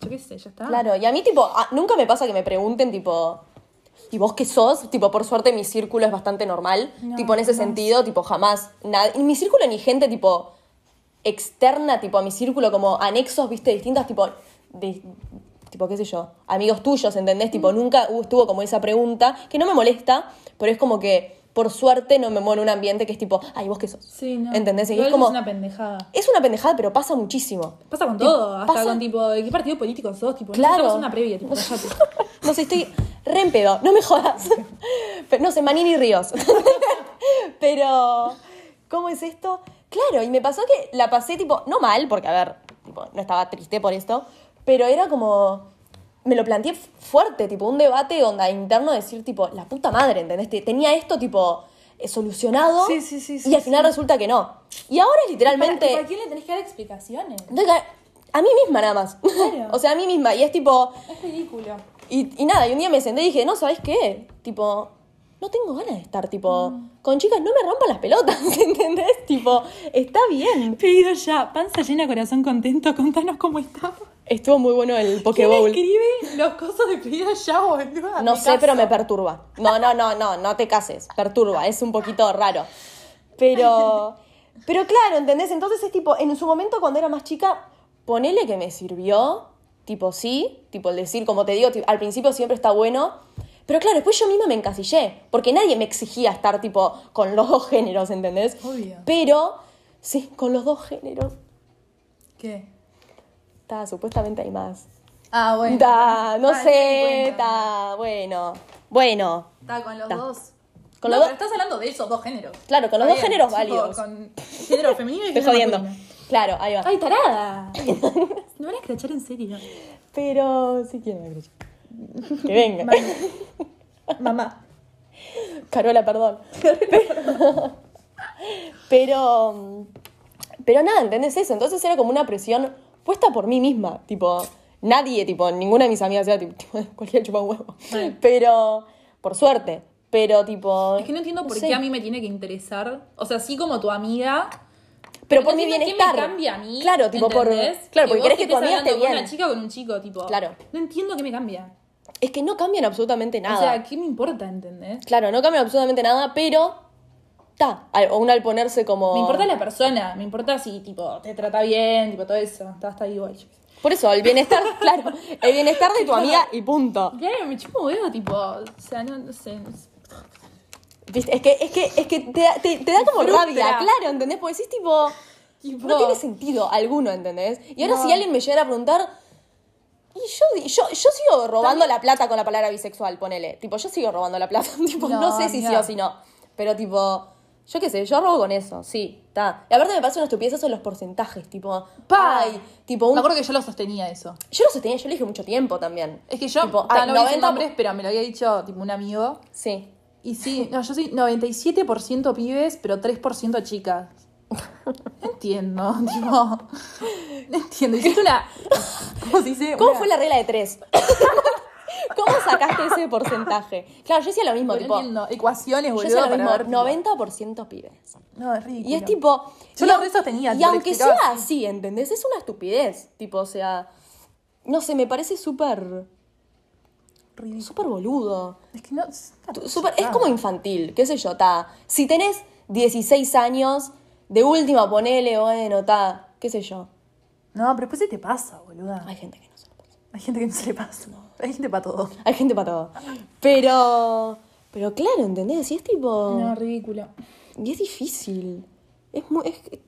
B: Yo qué sé, ya está.
A: Claro, y a mí, tipo, a- nunca me pasa que me pregunten, tipo, ¿y vos qué sos? Tipo, por suerte mi círculo es bastante normal.
B: No,
A: tipo, en ese
B: jamás.
A: sentido, tipo, jamás. Nada, ni mi círculo ni gente, tipo, externa, tipo, a mi círculo, como anexos, viste, distintas, tipo, de- tipo, qué sé yo, amigos tuyos, ¿entendés?
B: Mm.
A: Tipo, nunca hubo- estuvo como esa pregunta, que no me molesta, pero es como que, por suerte, no me muero en un ambiente que es tipo, ay, ¿vos qué sos?
B: Sí, no.
A: ¿Entendés? Y
B: Igual
A: es como...
B: Es una pendejada.
A: Es una pendejada, pero pasa muchísimo.
B: Pasa con
A: Tipo,
B: todo, hasta
A: pasa-
B: con tipo, ¿de qué partido político sos? Tipo,
A: Claro.
B: no una previa, tipo, callate.
A: No sé, estoy re en pedo, no me jodas. Pero, no sé, Manini Ríos. Pero, ¿cómo es esto? Claro, y me pasó que la pasé tipo, no mal, porque a ver, tipo, no estaba triste por esto, pero era como, me lo planteé fu- fuerte, tipo un debate onda interno, decir tipo, la puta madre, ¿entendés? Te- Tenía esto tipo eh, solucionado
B: Sí, sí, sí, sí,
A: y al final
B: sí.
A: resulta que no. Y ahora es literalmente...
B: ¿Para, ¿A quién le tenés que dar explicaciones?
A: Entonces, a- a mí misma nada más.
B: Claro.
A: o sea, a mí misma. Y es tipo,
B: Es ridículo.
A: y, y nada, y un día me senté y dije, no, ¿sabes qué? Tipo, no tengo ganas de estar, tipo, con chicas no me rompan las pelotas, ¿entendés? Tipo, está bien.
B: Pedido ya, panza llena, corazón contento, contanos cómo está.
A: Estuvo muy bueno el
B: ¿Quién
A: Pokéball.
B: escribe los cosos de pedido ya, boludo?
A: No sé, pero me perturba. No, no, no, no, no te cases. Perturba, es un poquito raro. Pero, pero claro, ¿entendés? Entonces es tipo, en su momento cuando era más chica, ponele que me sirvió, tipo sí, tipo el decir, como te digo, ti- al principio siempre está bueno. Pero claro, después yo misma me encasillé, porque nadie me exigía estar tipo con los dos géneros, ¿entendés?
B: Obvio.
A: Pero, sí, con los dos géneros.
B: ¿Qué?
A: Está, supuestamente hay más.
B: Ah, bueno.
A: Ta, no
B: Ah,
A: sé,
B: encuentro.
A: está, bueno. Bueno,
B: Ta, con los
A: Ta.
B: dos.
A: Con
B: no,
A: los
B: pero
A: dos-
B: estás hablando de esos dos géneros.
A: Claro, con los
B: Está
A: dos
B: bien,
A: géneros
B: tipo,
A: válidos.
B: Con género femenino y
A: Estoy
B: género
A: jodiendo.
B: masculino.
A: Claro, ahí va.
B: ¡Ay, tarada! No van a escrachar en serio.
A: Pero si quieren la grulla. Que venga.
B: Mamá.
A: Carola, perdón. Pero- pero. Pero nada, ¿entendés eso? Entonces era como una presión puesta por mí misma. Tipo, nadie, tipo, ninguna de mis amigas era tipo, tipo, cualquier chupa huevo.
B: Mal.
A: Pero, por suerte. Pero tipo.
B: Es que no entiendo por
A: sé.
B: qué a mí me tiene que interesar. O sea, sí como tu amiga.
A: Pero
B: no
A: por mi
B: entiendo qué
A: bienestar.
B: me cambia a mí.
A: Claro, tipo, por-
B: ¿entendés?
A: claro, porque
B: vos
A: querés que tu
B: estés
A: amiga esté
B: hablando con
A: bien.
B: una chica o con un chico, tipo.
A: Claro.
B: No entiendo qué me cambia.
A: Es que no cambian absolutamente nada.
B: O sea, ¿qué me importa, entendés?
A: Claro, no cambia absolutamente nada, pero. Ta, al- aún al ponerse como.
B: Me importa la persona. Me importa si, tipo, te trata bien, tipo, todo eso. Está hasta ahí igual. yo qué sé.
A: Por eso, el bienestar, claro. El bienestar de tu amiga y punto.
B: Claro, me chupo huevo, tipo. O sea, no, no sé. no sé.
A: ¿Viste? Es que, es que, es que te, da- te- te da como
B: Frustra.
A: rabia, claro, ¿entendés? Porque decís tipo.
B: Tipo-
A: No tiene sentido alguno, ¿entendés? Y ahora
B: No.
A: si alguien me llegara a preguntar. Y yo, di- yo, yo sigo robando la plata con la palabra bisexual, ponele. Tipo, yo sigo robando la plata. tipo, no,
B: No,
A: sé si sí
B: amiga.
A: o si no. Pero tipo, yo qué sé, yo robo con eso, sí, ta. Y aparte me parece una estupidez eso de los porcentajes, tipo,
B: Pa.
A: ay, tipo un
B: Me acuerdo que yo lo sostenía eso.
A: Yo lo sostenía, yo lo dije mucho tiempo también.
B: Es que yo,
A: Tipo,
B: ta,
A: ay,
B: no voy a decir
A: 90
B: nombres, pero me lo había dicho tipo un amigo.
A: Sí.
B: Y sí, no, yo soy 97% pibes, pero 3% chicas. No entiendo, tipo. No entiendo. Hiciste una. ¿Cómo se dice?
A: ¿Cómo
B: Una-
A: fue la regla de tres? ¿Cómo sacaste ese porcentaje? Claro, yo decía lo mismo,
B: No
A: tipo.
B: entiendo. Ecuaciones,
A: Yo
B: boludo.
A: decía lo
B: para
A: mismo,
B: ver, tipo-
A: 90% pibes.
B: No, es ridículo.
A: Y es tipo.
B: Yo
A: y
B: lo
A: au-
B: re sostenía,
A: Y
B: tipo, lo
A: aunque sea
B: explicaba
A: así, ¿entendés? Es una estupidez. Tipo, o sea. No sé, me parece súper.
B: Ridículo.
A: súper boludo.
B: Es que no.
A: Tu- super- es como infantil, qué sé yo, ta. Si tenés 16 años, de última ponele, bueno, ta. Qué sé yo.
B: No, pero después se te pasa, boluda.
A: Hay gente que no se lo pasa.
B: Hay gente que no se le pasa. Hay gente para todo.
A: Hay gente para todo. Pero. Pero claro, ¿entendés? Y es tipo.
B: No, ridículo.
A: Y es difícil. Es muy. es-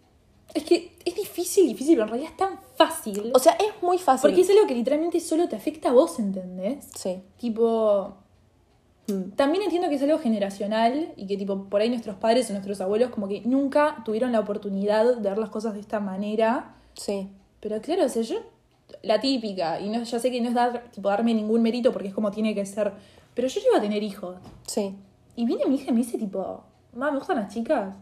B: Es que es difícil, difícil, pero en realidad es tan fácil.
A: o sea, es muy fácil.
B: porque es algo que literalmente solo te afecta a vos, ¿entendés?
A: Sí.
B: Tipo,
A: Mm.
B: también entiendo que es algo generacional y que tipo por ahí nuestros padres o nuestros abuelos como que nunca tuvieron la oportunidad de ver las cosas de esta manera.
A: Sí.
B: Pero claro, o sea, yo la típica, y no, ya sé que no es dar, tipo, darme ningún mérito porque es como tiene que ser, pero yo iba a tener hijos.
A: Sí.
B: Y viene mi hija y me dice tipo, mamá, me gustan las chicas.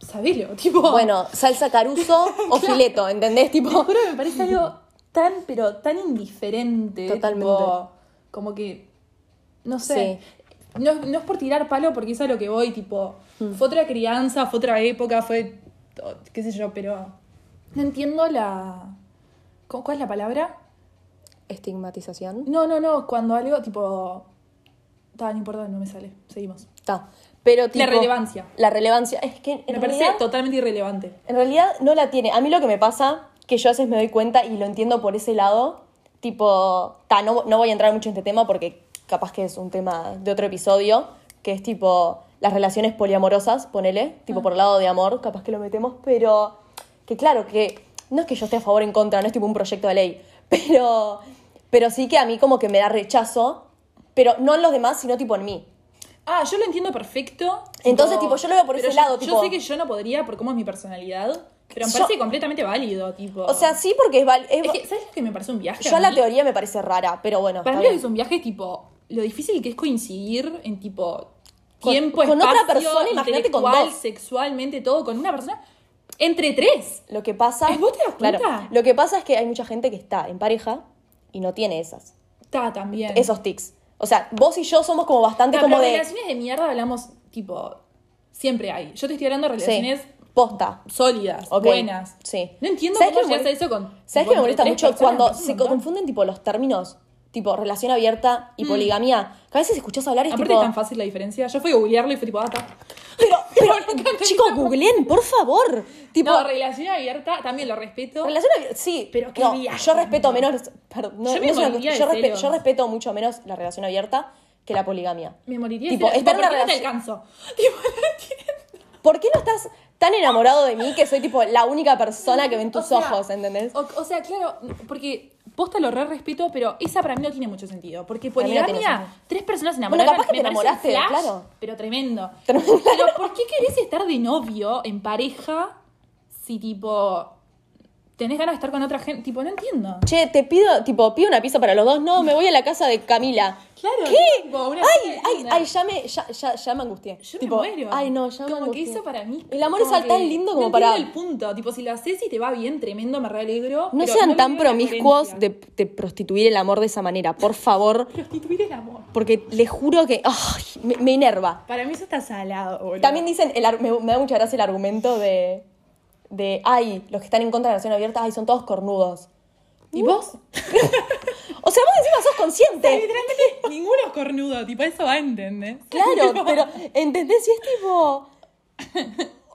B: Sabelo, tipo.
A: Bueno, salsa caruso o fileto, ¿entendés?
B: Te
A: Tipo.
B: juro, me parece algo tan, pero tan indiferente.
A: Totalmente.
B: tipo, como que, no sé. No, no es por tirar palo porque es a lo que voy, tipo,
A: Mm.
B: fue otra crianza, fue otra época, fue, to- qué sé yo, pero no entiendo la... ¿cu- ¿Cuál es la palabra?
A: Estigmatización.
B: No, no, no, cuando algo, tipo... ta, no importa, no me sale, seguimos.
A: Está. Pero tipo.
B: relevancia.
A: La relevancia. Es que en
B: me
A: realidad.
B: parece totalmente irrelevante.
A: En realidad no la tiene. A mí lo que me pasa, que yo a veces me doy cuenta y lo entiendo por ese lado, tipo, ta, no, no voy a entrar mucho en este tema porque capaz que es un tema de otro episodio, que es tipo las relaciones poliamorosas, ponele, tipo
B: Ah.
A: por el lado de amor, capaz que lo metemos, pero que claro, que no es que yo esté a favor o en contra, no es tipo un proyecto de ley, pero, pero sí que a mí como que me da rechazo, pero no en los demás, sino tipo en mí.
B: Ah, yo lo entiendo perfecto.
A: Entonces, tipo, yo lo veo por
B: pero
A: ese
B: yo-
A: lado,
B: Yo
A: tipo-
B: sé que yo no podría por cómo es mi personalidad, pero me
A: Yo-
B: parece completamente válido, tipo.
A: O sea, sí porque es... val- es-
B: es que, ¿sabes lo que me parece un viaje?
A: yo a la
B: mí?
A: teoría me parece rara, pero bueno.
B: Para
A: está
B: mí lo
A: bien.
B: que es un viaje es tipo lo difícil que es coincidir en tipo
A: Con-
B: tiempo,
A: con otra
B: espacio,
A: persona, imagínate con
B: intelectual,
A: dos.
B: sexualmente todo con una persona entre tres.
A: Lo que pasa.
B: ¿Eh, vos te das cuenta?
A: Claro, lo que pasa es que hay mucha gente que está en pareja y no tiene esas.
B: Está también.
A: Esos tics. O sea, vos y yo somos como bastante
B: Ta,
A: como
B: Eh. pero
A: de.
B: relaciones de mierda hablamos tipo siempre hay. Yo te estoy hablando de
A: sí,
B: relaciones
A: posta.
B: sólidas,
A: Ok,
B: buenas.
A: sí.
B: No entiendo
A: ¿Sabes
B: cómo
A: qué me
B: llegas a eso con
A: ¿Sabes
B: tipo,
A: qué me molesta
B: entre tres
A: mucho?
B: personas,
A: Cuando
B: me parece
A: se
B: un montón.
A: confunden tipo los términos, tipo relación abierta y poligamía, que a veces escuchás hablar y es
B: Mm. Aparte
A: tipo.
B: es tan fácil la diferencia. Yo fui a googlearlo y fue tipo, ah, ta.
A: Pero, pero, chicos, googleen, por favor. Tipo,
B: no, relación abierta, también lo respeto.
A: Relación abierta, sí.
B: Pero qué
A: no,
B: viaje,
A: Yo respeto
B: ¿no?
A: menos. Perdón, no,
B: Yo me
A: no es una
B: moriría
A: cuestión-
B: de
A: yo, respeto,
B: celos.
A: yo respeto mucho menos la relación abierta que la poligamia.
B: Me moriría.
A: Tipo,
B: si-
A: estar en
B: ¿por
A: una
B: qué no te
A: relación-
B: alcanzo? Tipo, no entiendo.
A: ¿Por qué no estás tan enamorado de mí que soy tipo la única persona que ven tus
B: O sea,
A: ojos, ¿entendés?
B: O, o sea, claro, porque posta lo re respeto, pero esa para mí no tiene mucho sentido. Porque
A: Para mí no tiene
B: poligamia,
A: sentido.
B: tres personas
A: Bueno,
B: enamoradas.
A: capaz que
B: me
A: te
B: parece
A: enamoraste,
B: un flash,
A: claro.
B: Pero tremendo.
A: Pero-
B: Pero, ¿por qué querés estar de novio en pareja si tipo tenés ganas de estar con otra gente? Tipo, no entiendo.
A: Che, te pido, tipo, pido una pizza para los dos. No, me voy a la casa de Camila.
B: Claro,
A: ¿Qué?
B: tipo, una
A: ay,
B: pizza
A: ay,
B: linda.
A: ay, ya me, ya, ya, ya me angustié.
B: Yo
A: tipo,
B: me muero.
A: Ay, no, ya me
B: Como que
A: angustié.
B: eso para mí.
A: El amor es
B: como
A: al- tan
B: que
A: lindo
B: no
A: como
B: entiendo
A: para-
B: el punto. Tipo, si lo haces y te va bien, tremendo, me re alegro.
A: No
B: pero
A: sean tan
B: veo la
A: promiscuos de,
B: coherencia.
A: de prostituir el amor de esa manera, por favor.
B: Prostituir el amor.
A: Porque les juro que. Ay, me, me enerva.
B: Para mí eso está salado, boludo.
A: También dicen, el ar- me, me da mucha gracia el argumento de, de, ay, los que están en contra de la relación abierta, ay, son todos cornudos.
B: ¿Y vos?
A: O sea, vos encima sos consciente.
B: Literalmente ninguno es cornudo, tipo, eso va, ¿entendés?
A: Claro, pero ¿entendés? Y es tipo...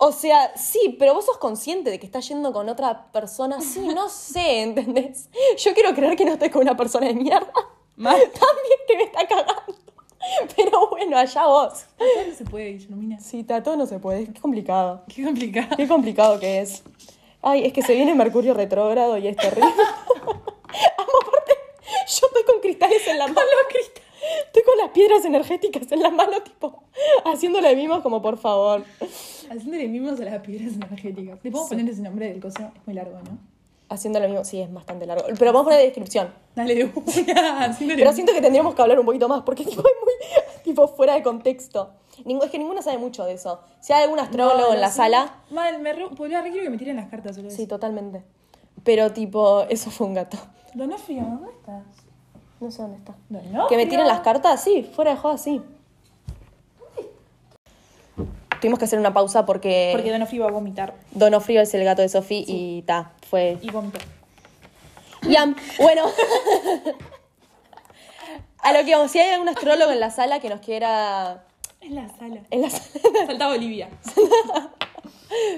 A: O sea, sí, pero vos sos consciente de que estás yendo con otra persona. Sí, no sé, ¿entendés? Yo quiero creer que no estoy con una persona de mierda.
B: Mal.
A: También que me está cagando. Pero bueno, allá vos.
B: Todo no se puede, Guillermina.
A: Sí, tato, no se puede. Qué complicado.
B: Qué complicado.
A: Qué complicado que es. Ay, es que se viene Mercurio retrógrado y es terrible. Amo, aparte, yo estoy con cristales en la mano. Estoy con las piedras energéticas en la mano, tipo, haciéndole mimos como por favor.
B: Haciéndole mimos a las piedras energéticas. Le podemos poner ese nombre del coso, es muy largo, ¿no?
A: Haciéndole mimos, sí, es bastante largo. Pero vamos a poner descripción.
B: Dale de una. Haciéndole
A: Pero siento que tendríamos que hablar un poquito más porque tipo, es muy tipo, fuera de contexto. Ningú- es que ninguno sabe mucho de eso. Si hay algún
B: No,
A: astrólogo
B: no,
A: en la
B: sí.
A: sala.
B: Mal, me re, boludo, re quiero que me tiren las cartas. solo
A: Sí,
B: eso.
A: totalmente. Pero tipo, eso fue un gato.
B: Donofrio, ¿dónde estás?
A: No sé dónde está.
B: Donofrio.
A: Que me tiren las cartas, sí, fuera de joda, sí. Tuvimos que hacer una pausa porque,
B: Porque Donofrio va a vomitar.
A: Donofrio es el gato de Sofi y ta, fue.
B: Y vomitó.
A: Yam. Bueno. A lo que vamos, si hay algún astrólogo en la sala que nos quiera.
B: En la sala.
A: En la sala.
B: Salta Bolivia.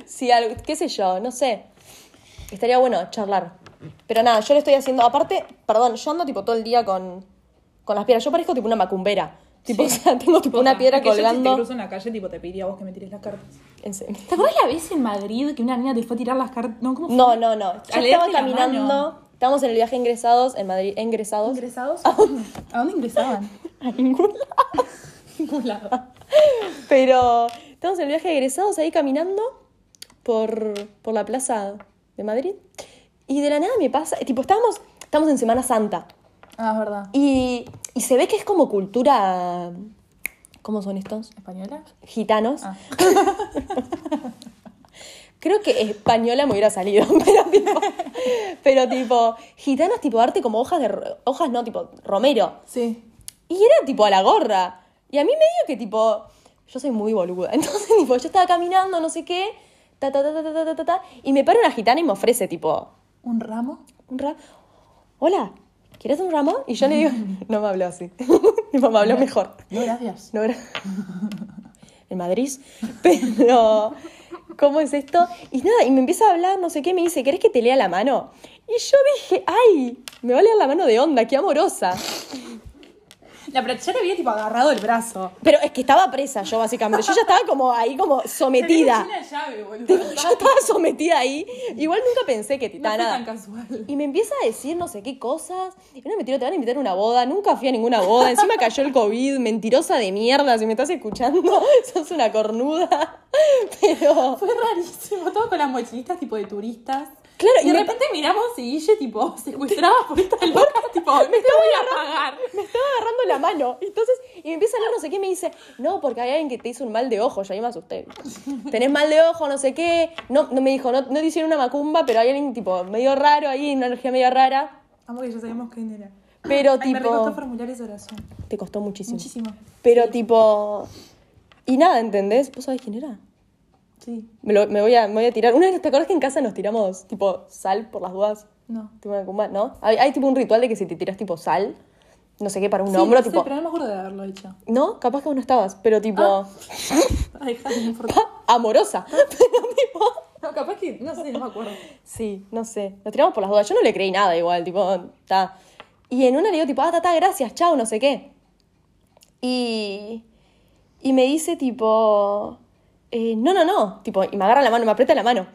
A: Si algo, qué sé yo, no sé. Estaría bueno charlar. Pero nada, yo le estoy haciendo. Aparte, perdón, yo ando tipo todo el día con, con las piedras. Yo parezco tipo una macumbera. Tipo, o sea, tengo tipo una piedra
B: que yo, Si te
A: colgando.
B: cruzo en la calle, tipo, te pediría a vos que me tires las cartas.
A: En serio.
B: ¿Te acuerdas la vez en Madrid que una niña te fue a tirar las cartas? No, ¿cómo fue?
A: No, no, no. Yo
B: le
A: estaba
B: das la
A: caminando.
B: mano.
A: Estábamos en el viaje ingresados, en Madrid, ingresados.
B: ¿Ingresados? ¿A dónde, ¿A dónde ingresaban?
A: A ningún lado.
B: ningún lado.
A: Pero estamos en el viaje de egresados ahí caminando por, por la plaza de Madrid. Y de la nada me pasa, tipo, estamos, estamos en Semana Santa.
B: Ah, es verdad.
A: Y, y se ve que es como cultura. ¿Cómo son estos?
B: ¿Española?
A: Gitanos. Creo que española me hubiera salido, pero tipo, pero tipo, gitanos tipo arte como hojas de ro- hojas no, tipo romero.
B: Sí.
A: Y era tipo a la gorra. Y a mí medio que tipo. Yo soy muy boluda. Entonces, tipo, yo estaba caminando, no sé qué. Ta, ta, ta, ta, ta, ta, ta, ta, ta, y me para una gitana y me ofrece, tipo,
B: ¿Un ramo?
A: un ramo. Hola, ¿quieres un ramo? Y yo le digo, no me habló así. tipo, me habló mejor.
B: No, gracias.
A: No era. En Madrid. Pero. ¿Cómo es esto? Y nada, y me empieza a hablar, no sé qué, me dice, ¿querés que te lea la mano? Y yo dije, ¡ay! Me va a leer la mano de onda, qué amorosa.
B: La pero yo le había tipo agarrado el brazo.
A: Pero es que estaba presa yo, básicamente. Yo ya estaba como ahí, como sometida.
B: Tenía la llave, boludo.
A: Tipo, yo estaba sometida ahí. Igual nunca pensé que
B: No fue
A: Titana.
B: tan casual.
A: y me empieza a decir no sé qué cosas. Y no me tiro, te van a invitar a una boda. Nunca fui a ninguna boda. Encima cayó el COVID. Mentirosa de mierda. Si me estás escuchando, sos una cornuda. Pero.
B: Fue rarísimo, todo con las mochilistas tipo de turistas.
A: Claro,
B: y
A: y
B: de
A: me-
B: repente miramos y Guille tipo secuestraba por esta loca, tipo, me te voy a pagar.
A: Me estaba agarrando la mano. Entonces, y me empieza a hablar no sé qué, y me dice, no, porque hay alguien que te hizo un mal de ojo, yo ahí me asusté. Tenés mal de ojo, no sé qué. No, no me dijo, no, no te hicieron una macumba, pero hay alguien tipo medio raro ahí, una energía medio rara.
B: Vamos que ya sabemos quién era.
A: Pero
B: Ay, me re costó
A: tipo.
B: formular esa oración.
A: Te costó muchísimo.
B: Muchísimo.
A: Pero tipo. Y nada, ¿entendés? ¿Vos sabés quién era?
B: Sí.
A: Me, lo- me voy a, me voy a tirar. Una vez, ¿te acordás que en casa nos tiramos tipo sal por las dudas?
B: No.
A: Tipo una macumba, ¿no? Hay, hay, tipo un ritual de que si te tiras tipo sal, no sé qué, para un
B: Sí,
A: hombro,
B: sí,
A: tipo.
B: pero no me acuerdo de haberlo hecho. Ah.
A: No, capaz que vos no estabas, pero tipo.
B: Ay, Javi, no importa.
A: pa, amorosa.
B: Ah.
A: Pero tipo.
B: No, capaz que, no sé, no me acuerdo.
A: Sí, no sé. Nos tiramos por las dudas. Yo no le creí nada igual, tipo, ta. Y en una le digo, tipo, ah, ta, ta, gracias, chao, no sé qué. Y. Y me dice, tipo. eh, no, no, no. Tipo, y me agarra la mano, me aprieta la mano.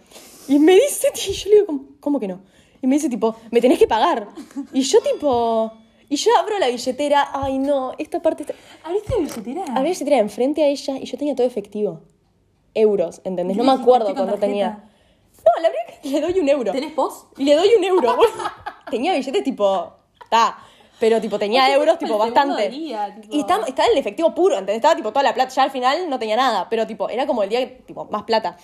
A: Y me dice, y yo le digo, ¿cómo, cómo que no? Y me dice, tipo, me tenés que pagar. Y yo, tipo. Y yo abro la billetera, ay no, esta parte está.
B: ¿Abriste la billetera?
A: A ver si tenía enfrente a ella y yo tenía todo efectivo. Euros, ¿entendés? No me acuerdo
B: ¿Con
A: cuánto
B: tarjeta?
A: tenía. No, la verdad es que le doy un euro.
B: ¿Tenés post?
A: Le doy un euro. boludo. tenía billetes tipo. Ta. Pero tipo tenía
B: Ay,
A: euros
B: fue
A: tipo
B: el segundo
A: bastante.
B: día, tipo.
A: Y estaba, estaba en el efectivo puro, ¿entendés? Estaba tipo toda la plata. Ya al final no tenía nada, pero tipo, era como el día que, tipo, más plata.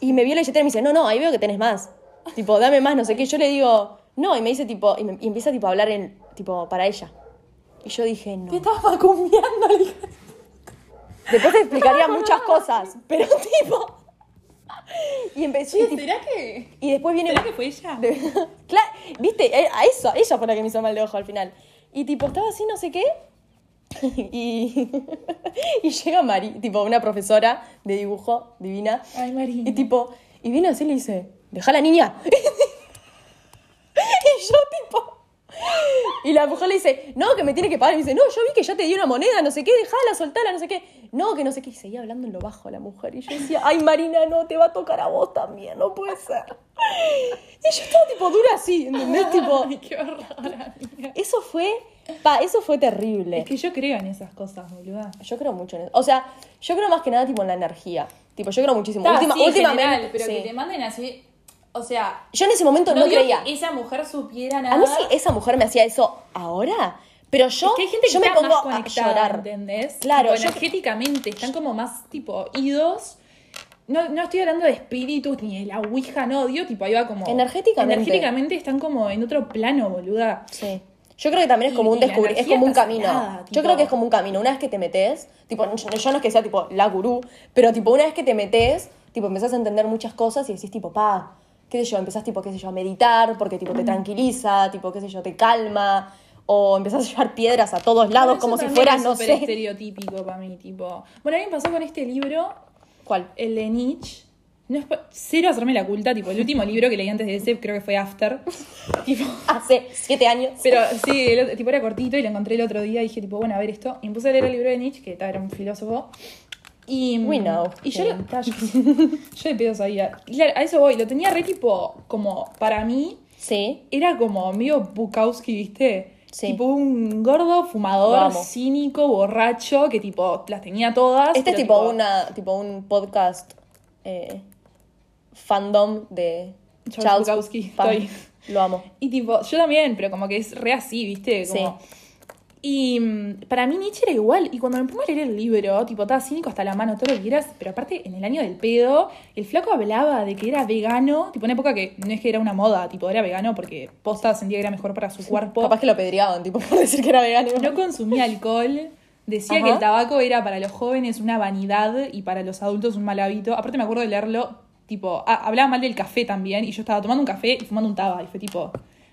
A: Y me vio la billetera y me dice, no, no, ahí veo que tenés más. Tipo, dame más, no sé qué. Yo le digo, no, y me dice tipo, y, me- y empieza tipo a hablar en, tipo, para ella. Y yo dije, no.
B: Te estabas macumbiando, le dije.
A: Después te explicaría muchas cosas, pero tipo. Y empezó. y, tipo-
B: ¿Será que,
A: y después viene.
B: ¿Será que fue ella?
A: Claro, viste, Eh, a eso, a ella fue la que me hizo mal de ojo al final. Y tipo, estaba así, no sé qué. Y, y llega Mari, tipo, una profesora de dibujo divina.
B: Ay, Mari.
A: Y tipo, y viene así y le dice: Deja a la niña. Y yo, tipo. Y la mujer le dice, no, que me tiene que pagar. Y me dice, no, yo vi que ya te di una moneda, no sé qué, dejala, soltala, no sé qué. No, que no sé qué. Y seguía hablando en lo bajo la mujer. Y yo decía, ay, Marina, no, te va a tocar a vos también, no puede ser. Y yo estaba tipo dura así, ¿entendés? Tipo,
B: Qué horror, amiga.
A: eso fue, pa, eso fue terrible.
B: Es que yo creo en esas cosas, boluda.
A: Yo creo mucho en eso. O sea, yo creo más que nada tipo en la energía. Tipo, yo creo muchísimo.
B: Está,
A: Última-
B: sí, en
A: últimamente-
B: general, pero que
A: sí.
B: te manden así. O sea,
A: Yo en ese momento no,
B: digo
A: creía.
B: que esa mujer supiera nada.
A: A mí sí, esa mujer me hacía eso ahora, pero yo,
B: Es que hay gente que
A: yo me
B: está
A: pongo
B: más
A: a
B: conectada,
A: llorar.
B: ¿entendés?
A: Claro,
B: Tipo,
A: yo-
B: energéticamente, están como más tipo idos. No, no estoy hablando de espíritus ni de la ouija, no, digo, tipo, ahí va como.
A: Energéticamente.
B: Energéticamente están como en otro plano, boluda.
A: Sí. Yo creo que también es como
B: Y-
A: un
B: y la
A: descubrir, es
B: energía
A: como un
B: está
A: camino.
B: sanada,
A: Yo
B: tipo-
A: creo que es como un camino. Una vez que te metes, tipo, yo, yo no es que sea tipo la gurú, pero tipo una vez que te metes, tipo empezás a entender muchas cosas y decís tipo, pa, qué sé yo, empezás tipo, qué sé yo, a meditar porque tipo te
B: Mm.
A: tranquiliza, tipo, qué sé yo, te calma. O empezás a llevar piedras a todos lados
B: Eso
A: como si
B: también
A: fueras,
B: es
A: no
B: súper
A: sé.
B: estereotípico para mí, tipo. Bueno, a mí me pasó con este libro,
A: ¿Cuál?
B: el de Nietzsche, No es pa- cero hacerme la culta, tipo, el último libro que leí antes de ese creo que fue After. Tipo,
A: Hace siete años.
B: pero sí, el otro- tipo era cortito y lo encontré el otro día y dije, tipo, bueno, a ver esto. Y me puse a leer el libro de Nietzsche, que ta, era un filósofo. Y, mm,
A: We know
B: Y yo,
A: him.
B: lo- ta, yo, yo de pedo sabía. Y claro, a eso voy, lo tenía re tipo, como, para mí,
A: Sí.
B: era como medio Bukowski, ¿viste?
A: Sí.
B: Tipo un gordo fumador,
A: Lo amo.
B: cínico, borracho, que tipo las tenía todas.
A: Este es
B: pero,
A: tipo, una, tipo un podcast eh, fandom de
B: Charles
A: Charles
B: Bukowski,
A: Fan.
B: estoy.
A: Lo amo.
B: Y tipo, yo también, pero como que es re así, ¿viste? Como, Y mm, para mí Nietzsche era igual. Y cuando me pongo a leer el libro, tipo, estaba cínico hasta la mano, todo lo que quieras. Pero aparte, en el año del pedo, el flaco hablaba de que era vegano. Tipo, una época que no es que era una moda, tipo, era vegano porque posta sentía que era mejor para su cuerpo.
A: Capaz que lo pedreaban, tipo, por decir que era vegano.
B: No consumía alcohol. Decía
A: Ajá.
B: que el tabaco era para los jóvenes una vanidad y para los adultos un mal hábito. Aparte me acuerdo de leerlo, tipo, ah, hablaba mal del café también y yo estaba tomando un café y fumando un tabaco y fue tipo,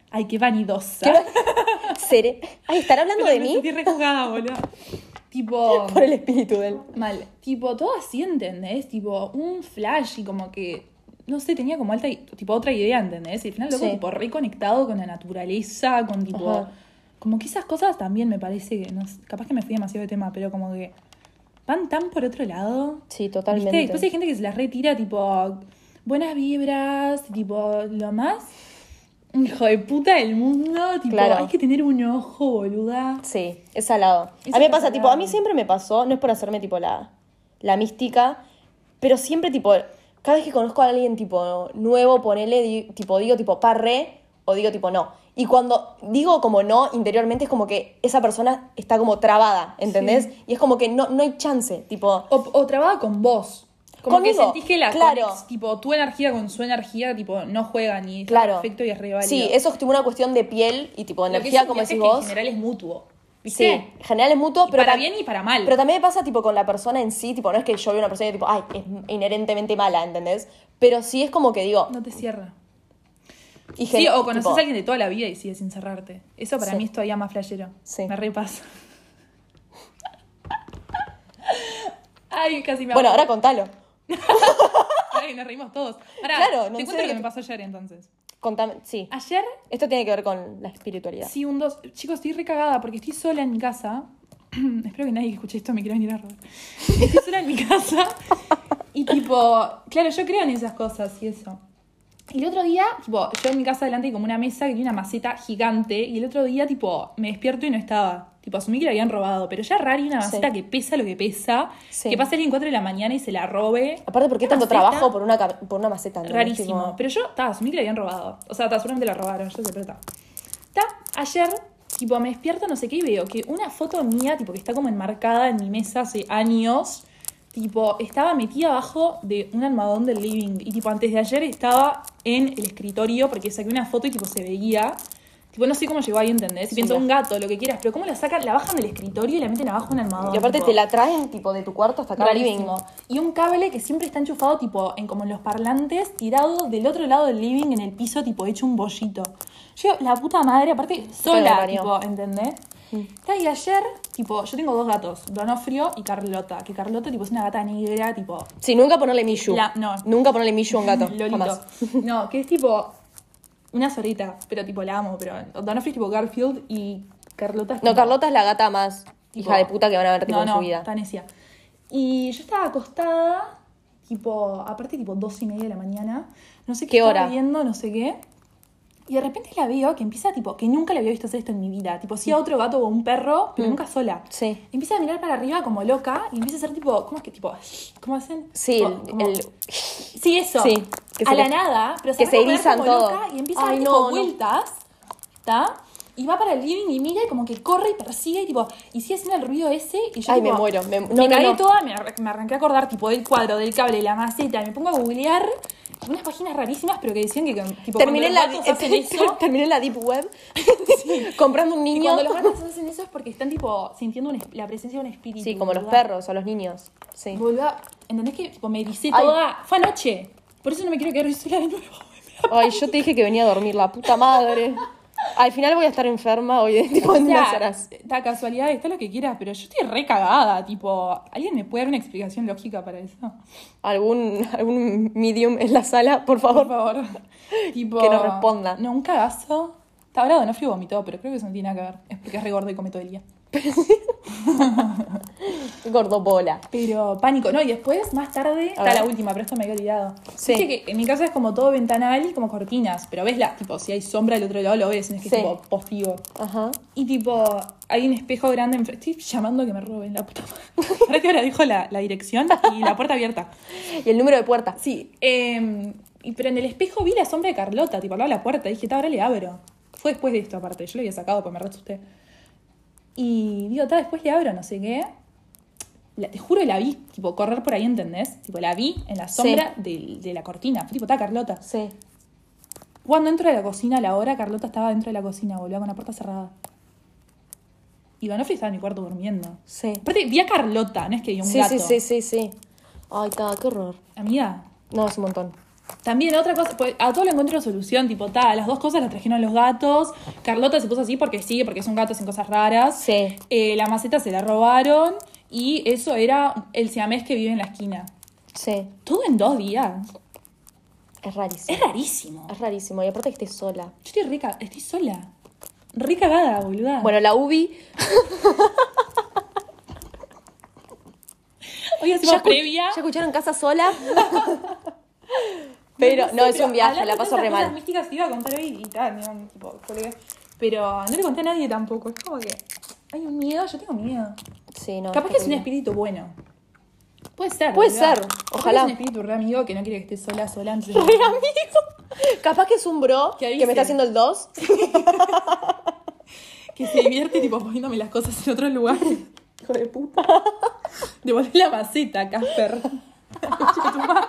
B: ay, qué vanidosa.
A: Seré. Ay, ¿estará hablando de
B: me
A: mí?
B: sentí rejugada, boludo. tipo,
A: Por el espíritu de él.
B: mal. Tipo, todo así, ¿entendés? Tipo, un flash y como que, no sé, tenía como alta, tipo, otra idea, ¿entendés? Y al final luego,
A: Sí.
B: tipo, reconectado con la naturaleza, con tipo...
A: Ajá.
B: Como que esas cosas también me parece que, no sé, capaz que me fui demasiado de tema, pero como que van tan por otro lado.
A: Sí,
B: ¿Viste?
A: totalmente.
B: Después hay gente que se las retira, tipo, buenas vibras, tipo, lo más hijo de puta del mundo, tipo,
A: Claro.
B: hay que tener un ojo, boluda.
A: Sí, es salado.
B: Es
A: a mí me
B: algo
A: pasa,
B: salado.
A: tipo, a mí siempre me pasó, no es por hacerme tipo la, la mística, pero siempre tipo, cada vez que conozco a alguien tipo nuevo, ponele, di- tipo, digo tipo parre o digo tipo no. Y cuando digo como no, interiormente es como que esa persona está como trabada, ¿entendés? Y es como que no, no hay chance, tipo,
B: O, o trababa con vos. Como
A: Conmigo,
B: que sentís que la
A: claro.
B: conex- tipo, tu energía con su energía, tipo, no juegan y es
A: claro.
B: perfecto y es rival.
A: Sí, eso es tipo una cuestión de piel y tipo energía, como decís
B: En
A: vos.
B: general es mutuo.
A: Sí,
B: ¿Viste?
A: en general es mutuo, pero
B: para
A: tam-
B: bien y para mal.
A: Pero también me pasa tipo con la persona en sí, tipo, no es que yo veo una persona y tipo, ay, es inherentemente mala, ¿entendés? Pero sí es como que digo,
B: No te cierra.
A: y
B: Sí,
A: gen-
B: o conoces
A: tipo,
B: a alguien de toda la vida y sigues sin cerrarte. Eso para
A: Sí.
B: mí es todavía más flashero.
A: Sí.
B: Me repasa. Ay, casi me
A: Bueno,
B: ahogo.
A: ahora contalo.
B: Ay, nos reímos todos. Pará,
A: Claro, no
B: te
A: sé
B: cuento lo
A: qué-
B: que me pasó ayer entonces.
A: Contame, sí.
B: Ayer
A: Esto tiene que ver con la espiritualidad.
B: Sí, un dos. Chicos, estoy recagada porque estoy sola en mi casa. Espero que nadie que escuche esto me quiera venir a robar. Estoy sola en mi casa. Y tipo, claro, yo creo en esas cosas y eso. Y el otro día, tipo, yo en mi casa adelante hay como una mesa que tiene una maceta gigante. Y el otro día, tipo, me despierto y no estaba. Tipo, asumí que la habían robado. Pero ya raro y una maceta
A: Sí.
B: que pesa lo que pesa.
A: Sí.
B: Que pase alguien 4 de la mañana y se la robe.
A: Aparte, ¿por qué
B: Una
A: tanto
B: maceta
A: trabajo por una, cam- por una maceta? ¿entendés?
B: Rarísimo.
A: Tipo,
B: Pero yo, ta, asumí que la habían robado. O sea, ta, seguramente la robaron, yo sé, pero ta. Ta, ayer, tipo, me despierto, no sé qué, y veo que una foto mía, tipo, que está como enmarcada en mi mesa hace años, tipo, estaba metida abajo de un almohadón del living. Y, tipo, antes de ayer estaba en el escritorio porque saqué una foto y, tipo, se veía. Tipo, no sé cómo llegó ahí, ¿entendés? Si pienso
A: la-
B: un gato, lo que quieras, pero ¿cómo la sacan? La bajan del escritorio y la meten abajo en un almohadón.
A: y aparte
B: tipo.
A: te la traen tipo de tu cuarto hasta acá al living.
B: Rarísimo. Y un cable que siempre está enchufado, tipo, en como en los parlantes, tirado del otro lado del living en el piso, tipo, hecho un bollito. Yo, la puta madre, aparte,
A: Todo
B: sola,
A: parió.
B: tipo, ¿entendés?
A: Mm.
B: Ta, Y ayer, tipo, yo tengo dos gatos, Donofrio y Carlota. Que Carlota, tipo, es una gata negra, tipo,
A: Sí, nunca ponerle Miyu.
B: La- no.
A: Nunca ponerle Miyu a un gato.
B: Lolito.
A: jamás.
B: No, que es tipo una zorrita, pero tipo la amo, pero Donofrio es tipo Garfield y Carlota es
A: No,
B: como-
A: Carlota es la gata más
B: Tipo,
A: hija de puta que van a ver tipo,
B: no,
A: en
B: no,
A: su vida.
B: Tan necia. Y yo estaba acostada, tipo, aparte tipo dos y media de la mañana. No sé qué,
A: ¿Qué
B: estaba
A: hora?
B: viendo, no sé qué. Y de repente la veo que empieza, tipo, que nunca la había visto hacer esto en mi vida. Tipo, sí a otro gato o un perro, pero nunca sola.
A: Mm. Sí.
B: Empieza a mirar para arriba como loca y empieza a hacer tipo, ¿cómo es que tipo? ¿Cómo hacen?
A: Sí,
B: Tipo,
A: el-
B: como-
A: el-
B: Sí, eso.
A: Sí, que
B: a
A: se
B: la
A: le-
B: nada, pero
A: que
B: se,
A: se
B: pone a
A: erizan
B: poner como
A: todo.
B: loca Y empieza a
A: Ay,
B: dar
A: no,
B: tipo,
A: no.
B: vueltas, ¿está? Y va para el living y mira y como que corre y persigue y tipo, y sigue haciendo el ruido ese y yo
A: Ay,
B: tipo,
A: me muero, me- no,
B: me
A: no,
B: cagué
A: no.
B: toda, me, ar- me arranqué a acordar tipo del cuadro, del cable, la maceta, y me pongo a googlear unas páginas rarísimas pero que decían que con- tipo
A: Terminé
B: cuando
A: la,
B: los gatos hacen eso,
A: terminé la Deep Web comprando un
B: y
A: niño.
B: cuando los gatos hacen eso es porque están tipo sintiendo un es- la presencia de un espíritu.
A: Sí, como los
B: boluda.
A: perros o los niños. Sí.
B: Boluda, ¿entendés que tipo, me ericé
A: Ay.
B: toda? Fue anoche. Por eso no me quiero quedar hoy sola de nuevo.
A: Ay, yo te dije que venía a dormir, la puta madre. Al final voy a estar enferma hoy, de tipo, en unas horas.
B: la casualidad está lo que quieras, pero yo estoy re cagada. Tipo, ¿alguien me puede dar una explicación lógica para eso?
A: ¿Algún, algún medium en la sala, por favor?
B: Por favor. tipo,
A: Que nos responda.
B: No, un cagazo. Está hablado, no frío vomitó, pero creo que eso no tiene nada que ver. Es porque es re gordo y come todo el día.
A: Gordobola.
B: Pero pánico. No, y después, más tarde, está
A: ver.
B: la última, pero esto me había olvidado.
A: Sí.
B: Viste que en mi casa es como todo ventanal y como cortinas, pero ves la, tipo, si hay sombra del otro lado lo ves, no es que
A: Sí.
B: es tipo postigo.
A: Ajá.
B: Y tipo, hay un espejo grande enfrente. Estoy llamando que me roben la puta madre. Ahora que ahora dijo la, la dirección y la puerta abierta.
A: Y el número de puertas.
B: Sí, eh, y- pero en el espejo vi la sombra de Carlota, tipo, al lado de la puerta. Y dije, "Ta, ahora le abro. Fue después de esto, aparte. Yo lo había sacado porque me re asusté. Y digo, ta, después le abro, no sé qué. La- te juro, la vi, tipo, correr por ahí, ¿entendés? Tipo, la vi en la sombra del- de la cortina. Fue tipo, ta, Carlota.
A: Sí.
B: Cuando entro de la cocina a la hora, Carlota estaba dentro de la cocina, boludo, con la puerta cerrada. Y Vanofri estaba en mi cuarto durmiendo.
A: Sí.
B: Aparte, vi a Carlota, no es que vi a un
A: Sí,
B: gato.
A: sí, sí, sí, sí. Ay, ta, qué horror.
B: Amiga,
A: No, es un montón.
B: también otra cosa, pues, a todo le encuentro solución, tipo, ta, las dos cosas las trajeron los gatos. Carlota se puso así porque sí, porque es un gato sin cosas raras.
A: Sí.
B: Eh, la maceta se la robaron y eso era el siamés que vive en la esquina.
A: Sí.
B: Todo en dos días.
A: Es rarísimo.
B: Es rarísimo.
A: Es rarísimo. Y aparte que estés sola.
B: Yo estoy rica, estoy sola. Re cagada, boluda.
A: Bueno, la Ubi.
B: hoy hacemos
A: escu-
B: previa.
A: ¿Ya escucharon casa sola? pero no, es un viaje, la paso re
B: Las
A: mal.
B: místicas que iba a contar hoy y tal, no, tipo, colega. Pero no le conté a nadie tampoco. Es como que hay un miedo, yo tengo miedo.
A: Sí, no.
B: Capaz que es un
A: terrible.
B: espíritu bueno. Puede ser.
A: Puede
B: boluda.
A: ser,
B: Capaz que
A: ojalá.
B: Es un espíritu re amigo que no quiere que estés sola, sola. antes de-
A: Re amigo. Capaz que es un bro
B: Que
A: que,
B: avise.
A: me está haciendo el 2.
B: que se divierte tipo poniéndome las cosas en otro lugar. Hijo de puta. Devolví la maceta, Casper. La concha de tu madre.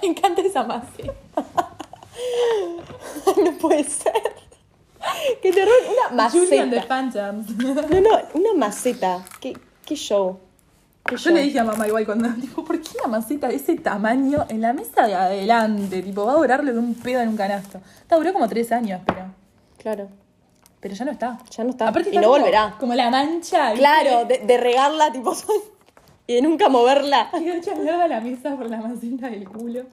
B: Me encanta esa maceta.
A: no puede ser. Que te roben una
B: Julian de
A: maceta.
B: Phantoms.
A: No, no, una maceta. Qué, qué show. Qué
B: Yo
A: show.
B: le dije a mamá igual cuando dijo, ¿por qué una maceta de ese tamaño en la mesa de adelante? Tipo, va a durarle de un pedo en un canasto. Está, duró como tres años, pero.
A: Claro.
B: Pero ya no está.
A: Ya no está.
B: Aparte
A: y
B: está
A: no
B: como-
A: volverá.
B: Como la mancha. ¿viste?
A: Claro, de, de regarla, tipo. y de nunca moverla.
B: Y hecha mierda la mesa por la maceta del culo.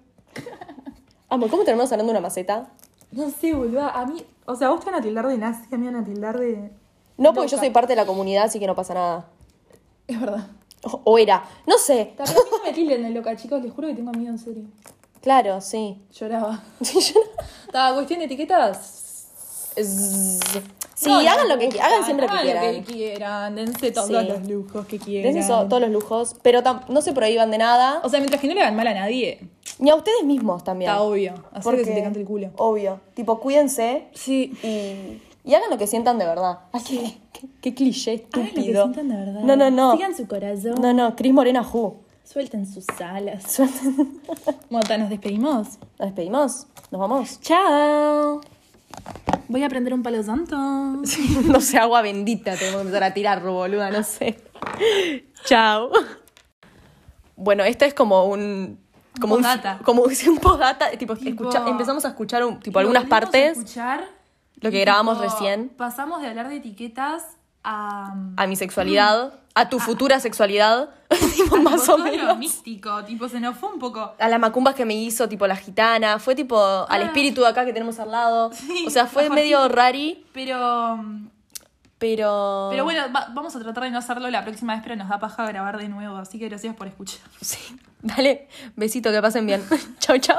A: Amor, ¿cómo terminamos hablando de una maceta?
B: No sé, boluda. A mí. O sea, vos te van a tildar de nazi, a mí me van a tildar de.
A: No, porque yo
B: Loca.
A: soy parte de la comunidad, así que no pasa nada.
B: Es verdad.
A: O, o era. No sé.
B: También a mí no me tilden de loca, chicos. Les juro que tengo miedo, en serio.
A: Claro, sí.
B: Lloraba.
A: Sí, yo no-
B: Estaba cuestión de etiquetas.
A: Sí,
B: No,
A: hagan
B: no,
A: lo que qui-
B: gusta,
A: hagan siempre lo que
B: hagan
A: quieran.
B: que quieran, dense todos
A: Sí.
B: los lujos que quieran.
A: Dense so- todos los lujos, pero tam- no se prohíban de nada.
B: O sea, mientras que no le hagan mal a nadie,
A: Ni a ustedes mismos también.
B: está obvio. Hacer
A: Porque-
B: que se te cante el culo.
A: Obvio. Tipo, cuídense
B: Sí.
A: y, y hagan lo que sientan de verdad. Ay, qué, qué- qué cliché estúpido.
B: Hagan lo que sientan de verdad.
A: No, no, no.
B: Sigan su corazón.
A: No, no, Cris Morena Ju.
B: Suelten sus alas. Bueno, ta, nos despedimos.
A: Nos despedimos. Nos vamos.
B: Chao. Voy a prender un palo santo.
A: no sé, agua bendita. Tenemos que empezar a tirar, boluda, no sé. Chao. Bueno, este es como un. Como un,
B: Postdata.
A: como sí, un postdata, tipo,
B: Tipo-
A: escucha- empezamos a escuchar un- tipo algunas partes,
B: Escuchar
A: lo que
B: y,
A: grabamos
B: tipo,
A: recién.
B: Pasamos de hablar de etiquetas a.
A: a mi sexualidad, a tu futura sexualidad, tipo,
B: Ah. a,
A: más
B: tipo,
A: o
B: todo
A: menos.
B: lo místico. Tipo, se nos fue un poco.
A: a las macumbas que me hizo, tipo la gitana, fue tipo
B: Ah.
A: al espíritu de acá que tenemos al lado. o sea, fue
B: mejor
A: medio rari,
B: Pero.
A: pero.
B: Pero bueno, va- vamos a tratar de no hacerlo la próxima vez, pero nos da paja grabar de nuevo. Así que gracias por escuchar.
A: Sí. Dale, besito, que pasen bien. chau, chau.